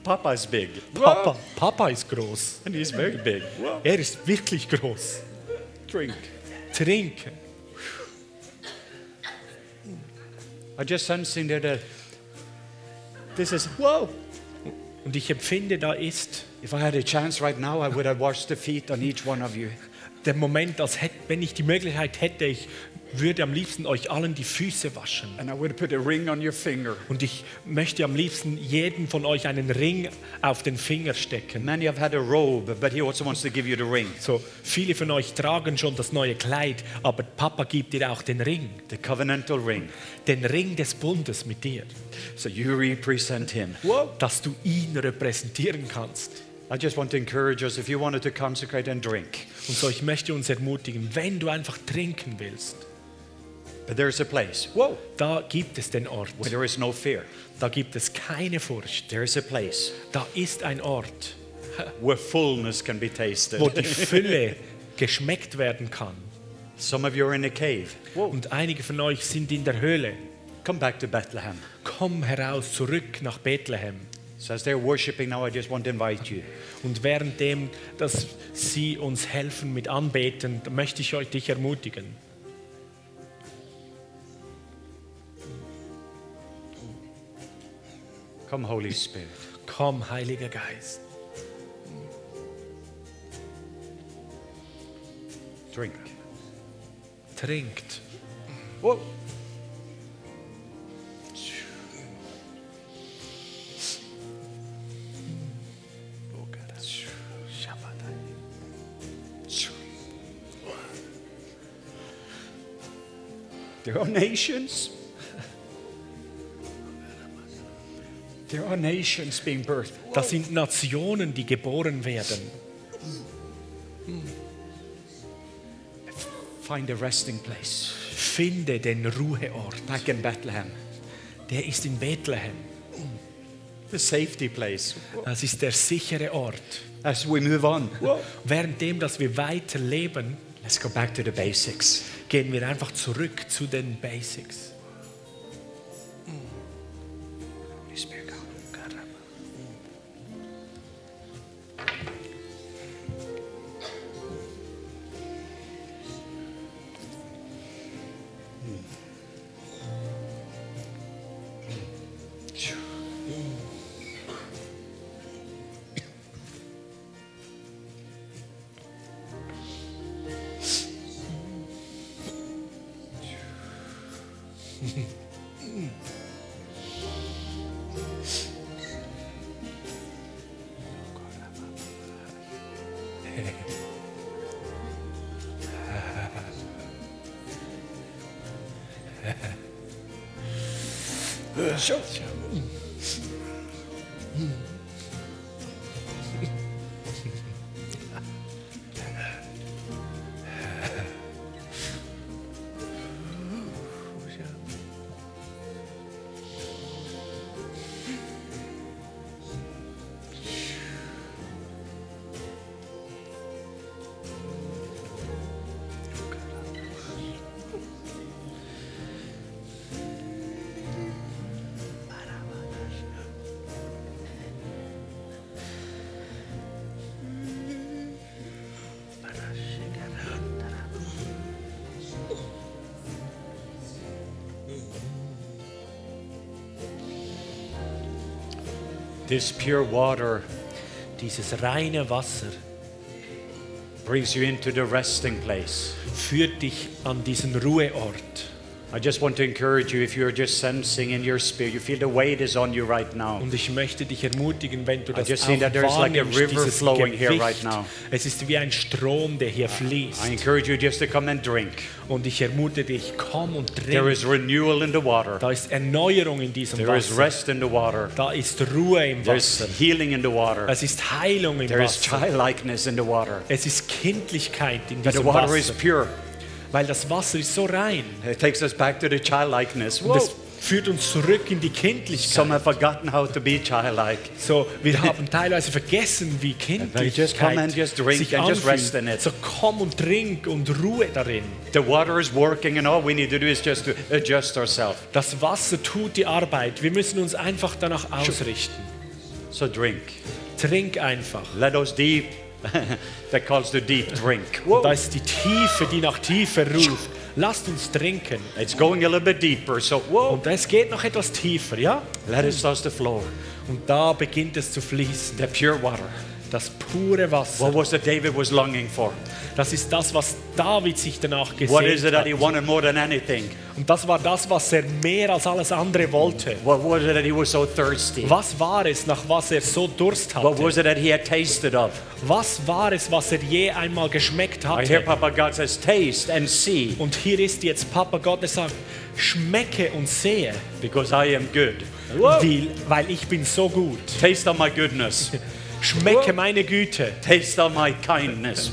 S2: Papa is big.
S3: Papa, Papa ist groß.
S2: And he's very big.
S3: Er ist wirklich groß.
S2: Drink.
S3: Trinke.
S2: I just sensing there that this is whoa.
S3: Und ich empfinde, da ist
S2: If I had a chance right now, I would have washed the feet on each one of you.
S3: der Moment, als hätte, wenn ich die Möglichkeit hätte, ich würde am liebsten euch allen die Füße waschen.
S2: And I would have put a ring on your finger.
S3: Und ich möchte am liebsten jedem von euch einen Ring auf den Finger stecken.
S2: Many have had a robe, but he also wants to give you the ring.
S3: So, viele von euch tragen schon das neue Kleid, aber Papa gibt dir auch den Ring.
S2: The covenantal ring.
S3: Den Ring des Bundes mit dir.
S2: So you represent him.
S3: dass du ihn repräsentieren kannst.
S2: I just want to encourage us if you wanted to consecrate and drink.
S3: Und so, ich möchte uns ermutigen, wenn du einfach trinken willst,
S2: But there's a place
S3: da gibt es den Ort,
S2: where there is no fear.
S3: da gibt es keine Furcht,
S2: There is a place
S3: da ist ein Ort,
S2: where fullness can be tasted.
S3: wo die Fülle geschmeckt werden kann.
S2: Some of you are in a cave.
S3: Und einige von euch sind in der Höhle.
S2: Come back to Bethlehem.
S3: Komm heraus, zurück nach Bethlehem.
S2: So as they're worshiping now, I just want to invite you.
S3: Und währenddem, dass sie uns helfen mit Anbeten, möchte ich euch dich ermutigen.
S2: Come, Holy Spirit.
S3: Komm, Heiliger Geist,
S2: Drink.
S3: trinkt.
S2: Whoa. There are nations. There are nations being birthed.
S3: Das sind Nationen, die geboren werden.
S2: Find a resting place
S3: Finde den Ruheort.
S2: back in Bethlehem,
S3: Der ist in Bethlehem.
S2: the safety place.
S3: Das ist der sichere Ort.
S2: As we move on,
S3: Währenddem, dass wir weiter leben,
S2: let's go back to the basics.
S3: gehen wir einfach zurück zu den Basics.
S2: This pure water
S3: Dieses reine Wasser
S2: brings you into the resting place.
S3: führt dich an diesen Ruheort.
S2: I just want to encourage you if you're just sensing in your spirit, you feel the weight is on you right now.
S3: Und ich möchte dich ermutigen, wenn du das
S2: just
S3: auch
S2: see that there is like a
S3: wahrnimmst,
S2: river
S3: dieses
S2: flowing here
S3: Gewicht.
S2: right now. Ah,
S3: Es ist wie ein Strom, der hier
S2: I
S3: fließt.
S2: encourage you just to come and drink.
S3: Und ich ermute dich, komm und
S2: There
S3: trink.
S2: is renewal in the water,
S3: Da ist Erneuerung in diesem
S2: there is
S3: Wasser.
S2: rest in the water,
S3: Da ist Ruhe im
S2: there's
S3: Wasser.
S2: healing in the water,
S3: Es ist Heilung im
S2: there is
S3: Wasser.
S2: childlikeness in the water.
S3: Es ist Kindlichkeit in
S2: But the
S3: diesem
S2: water is
S3: Wasser.
S2: pure.
S3: Weil das Wasser ist so rein.
S2: It takes us back to the childlikeness.
S3: Und es führt uns zurück in die Kindlichkeit.
S2: Some have forgotten how to be childlike.
S3: So, wir haben teilweise vergessen, wie
S2: just come
S3: Kindlichkeit
S2: and just drink
S3: sich
S2: and just rest in
S3: anfühlt.
S2: it.
S3: So komm und trink und Ruhe darin.
S2: The water is working, and all we need to do is just to adjust ourselves.
S3: Das Wasser tut die Arbeit. Wir müssen uns einfach danach ausrichten.
S2: So drink.
S3: Trink einfach.
S2: Let us deep, that calls the deep drink.
S3: Und da ist die Tiefe, die nach Tiefe ruft. Lasst uns trinken.
S2: It's going a little bit deeper, so whoa.
S3: Und es geht noch etwas tiefer, ja?
S2: Let it start to flow.
S3: Und da beginnt es zu fließen.
S2: The pure water.
S3: Das pure Wasser.
S2: What was it David was longing for?
S3: Das ist das, was David sich danach
S2: What is it
S3: gesehnt
S2: that he
S3: hat.
S2: wanted more than anything?
S3: Und das war das, was er mehr als alles andere wollte.
S2: What was it that he was so thirsty?
S3: Was war es, nach was er so Durst
S2: What
S3: hatte?
S2: was it that he had tasted of?
S3: Was war es, was er je einmal geschmeckt
S2: I hear
S3: hatte?
S2: Papa God says, taste and see,
S3: Und hier ist jetzt Papa Gott, der sagt, schmecke und sehe,
S2: because I am good.
S3: weil, weil ich bin so gut.
S2: Taste of my goodness.
S3: Schmecke meine Güte,
S2: Taste of my kindness.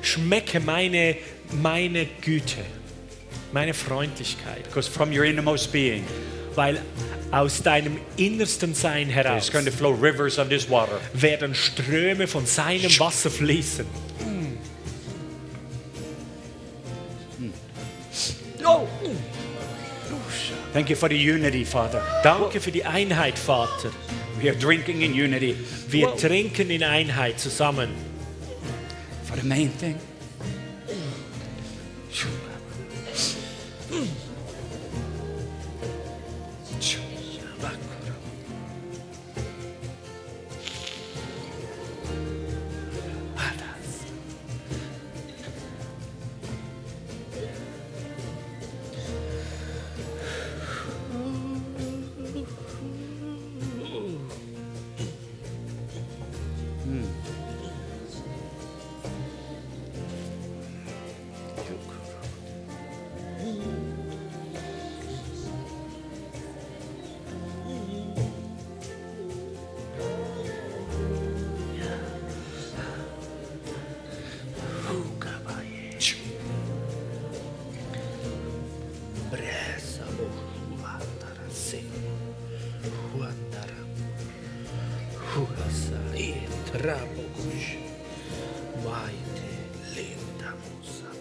S3: schmecke meine, meine Güte, meine Freundlichkeit.
S2: Because from your innermost being
S3: Weil aus deinem innersten Sein
S2: is
S3: heraus
S2: going to flow rivers of this water.
S3: werden Ströme von seinem Wasser fließen.
S2: Thank you for the unity, Father.
S3: Danke für die Einheit, Vater.
S2: We are drinking in unity.
S3: Wir trinken in Einheit zusammen.
S2: For the main thing.
S6: Rabokush, Maite, Linda Musa.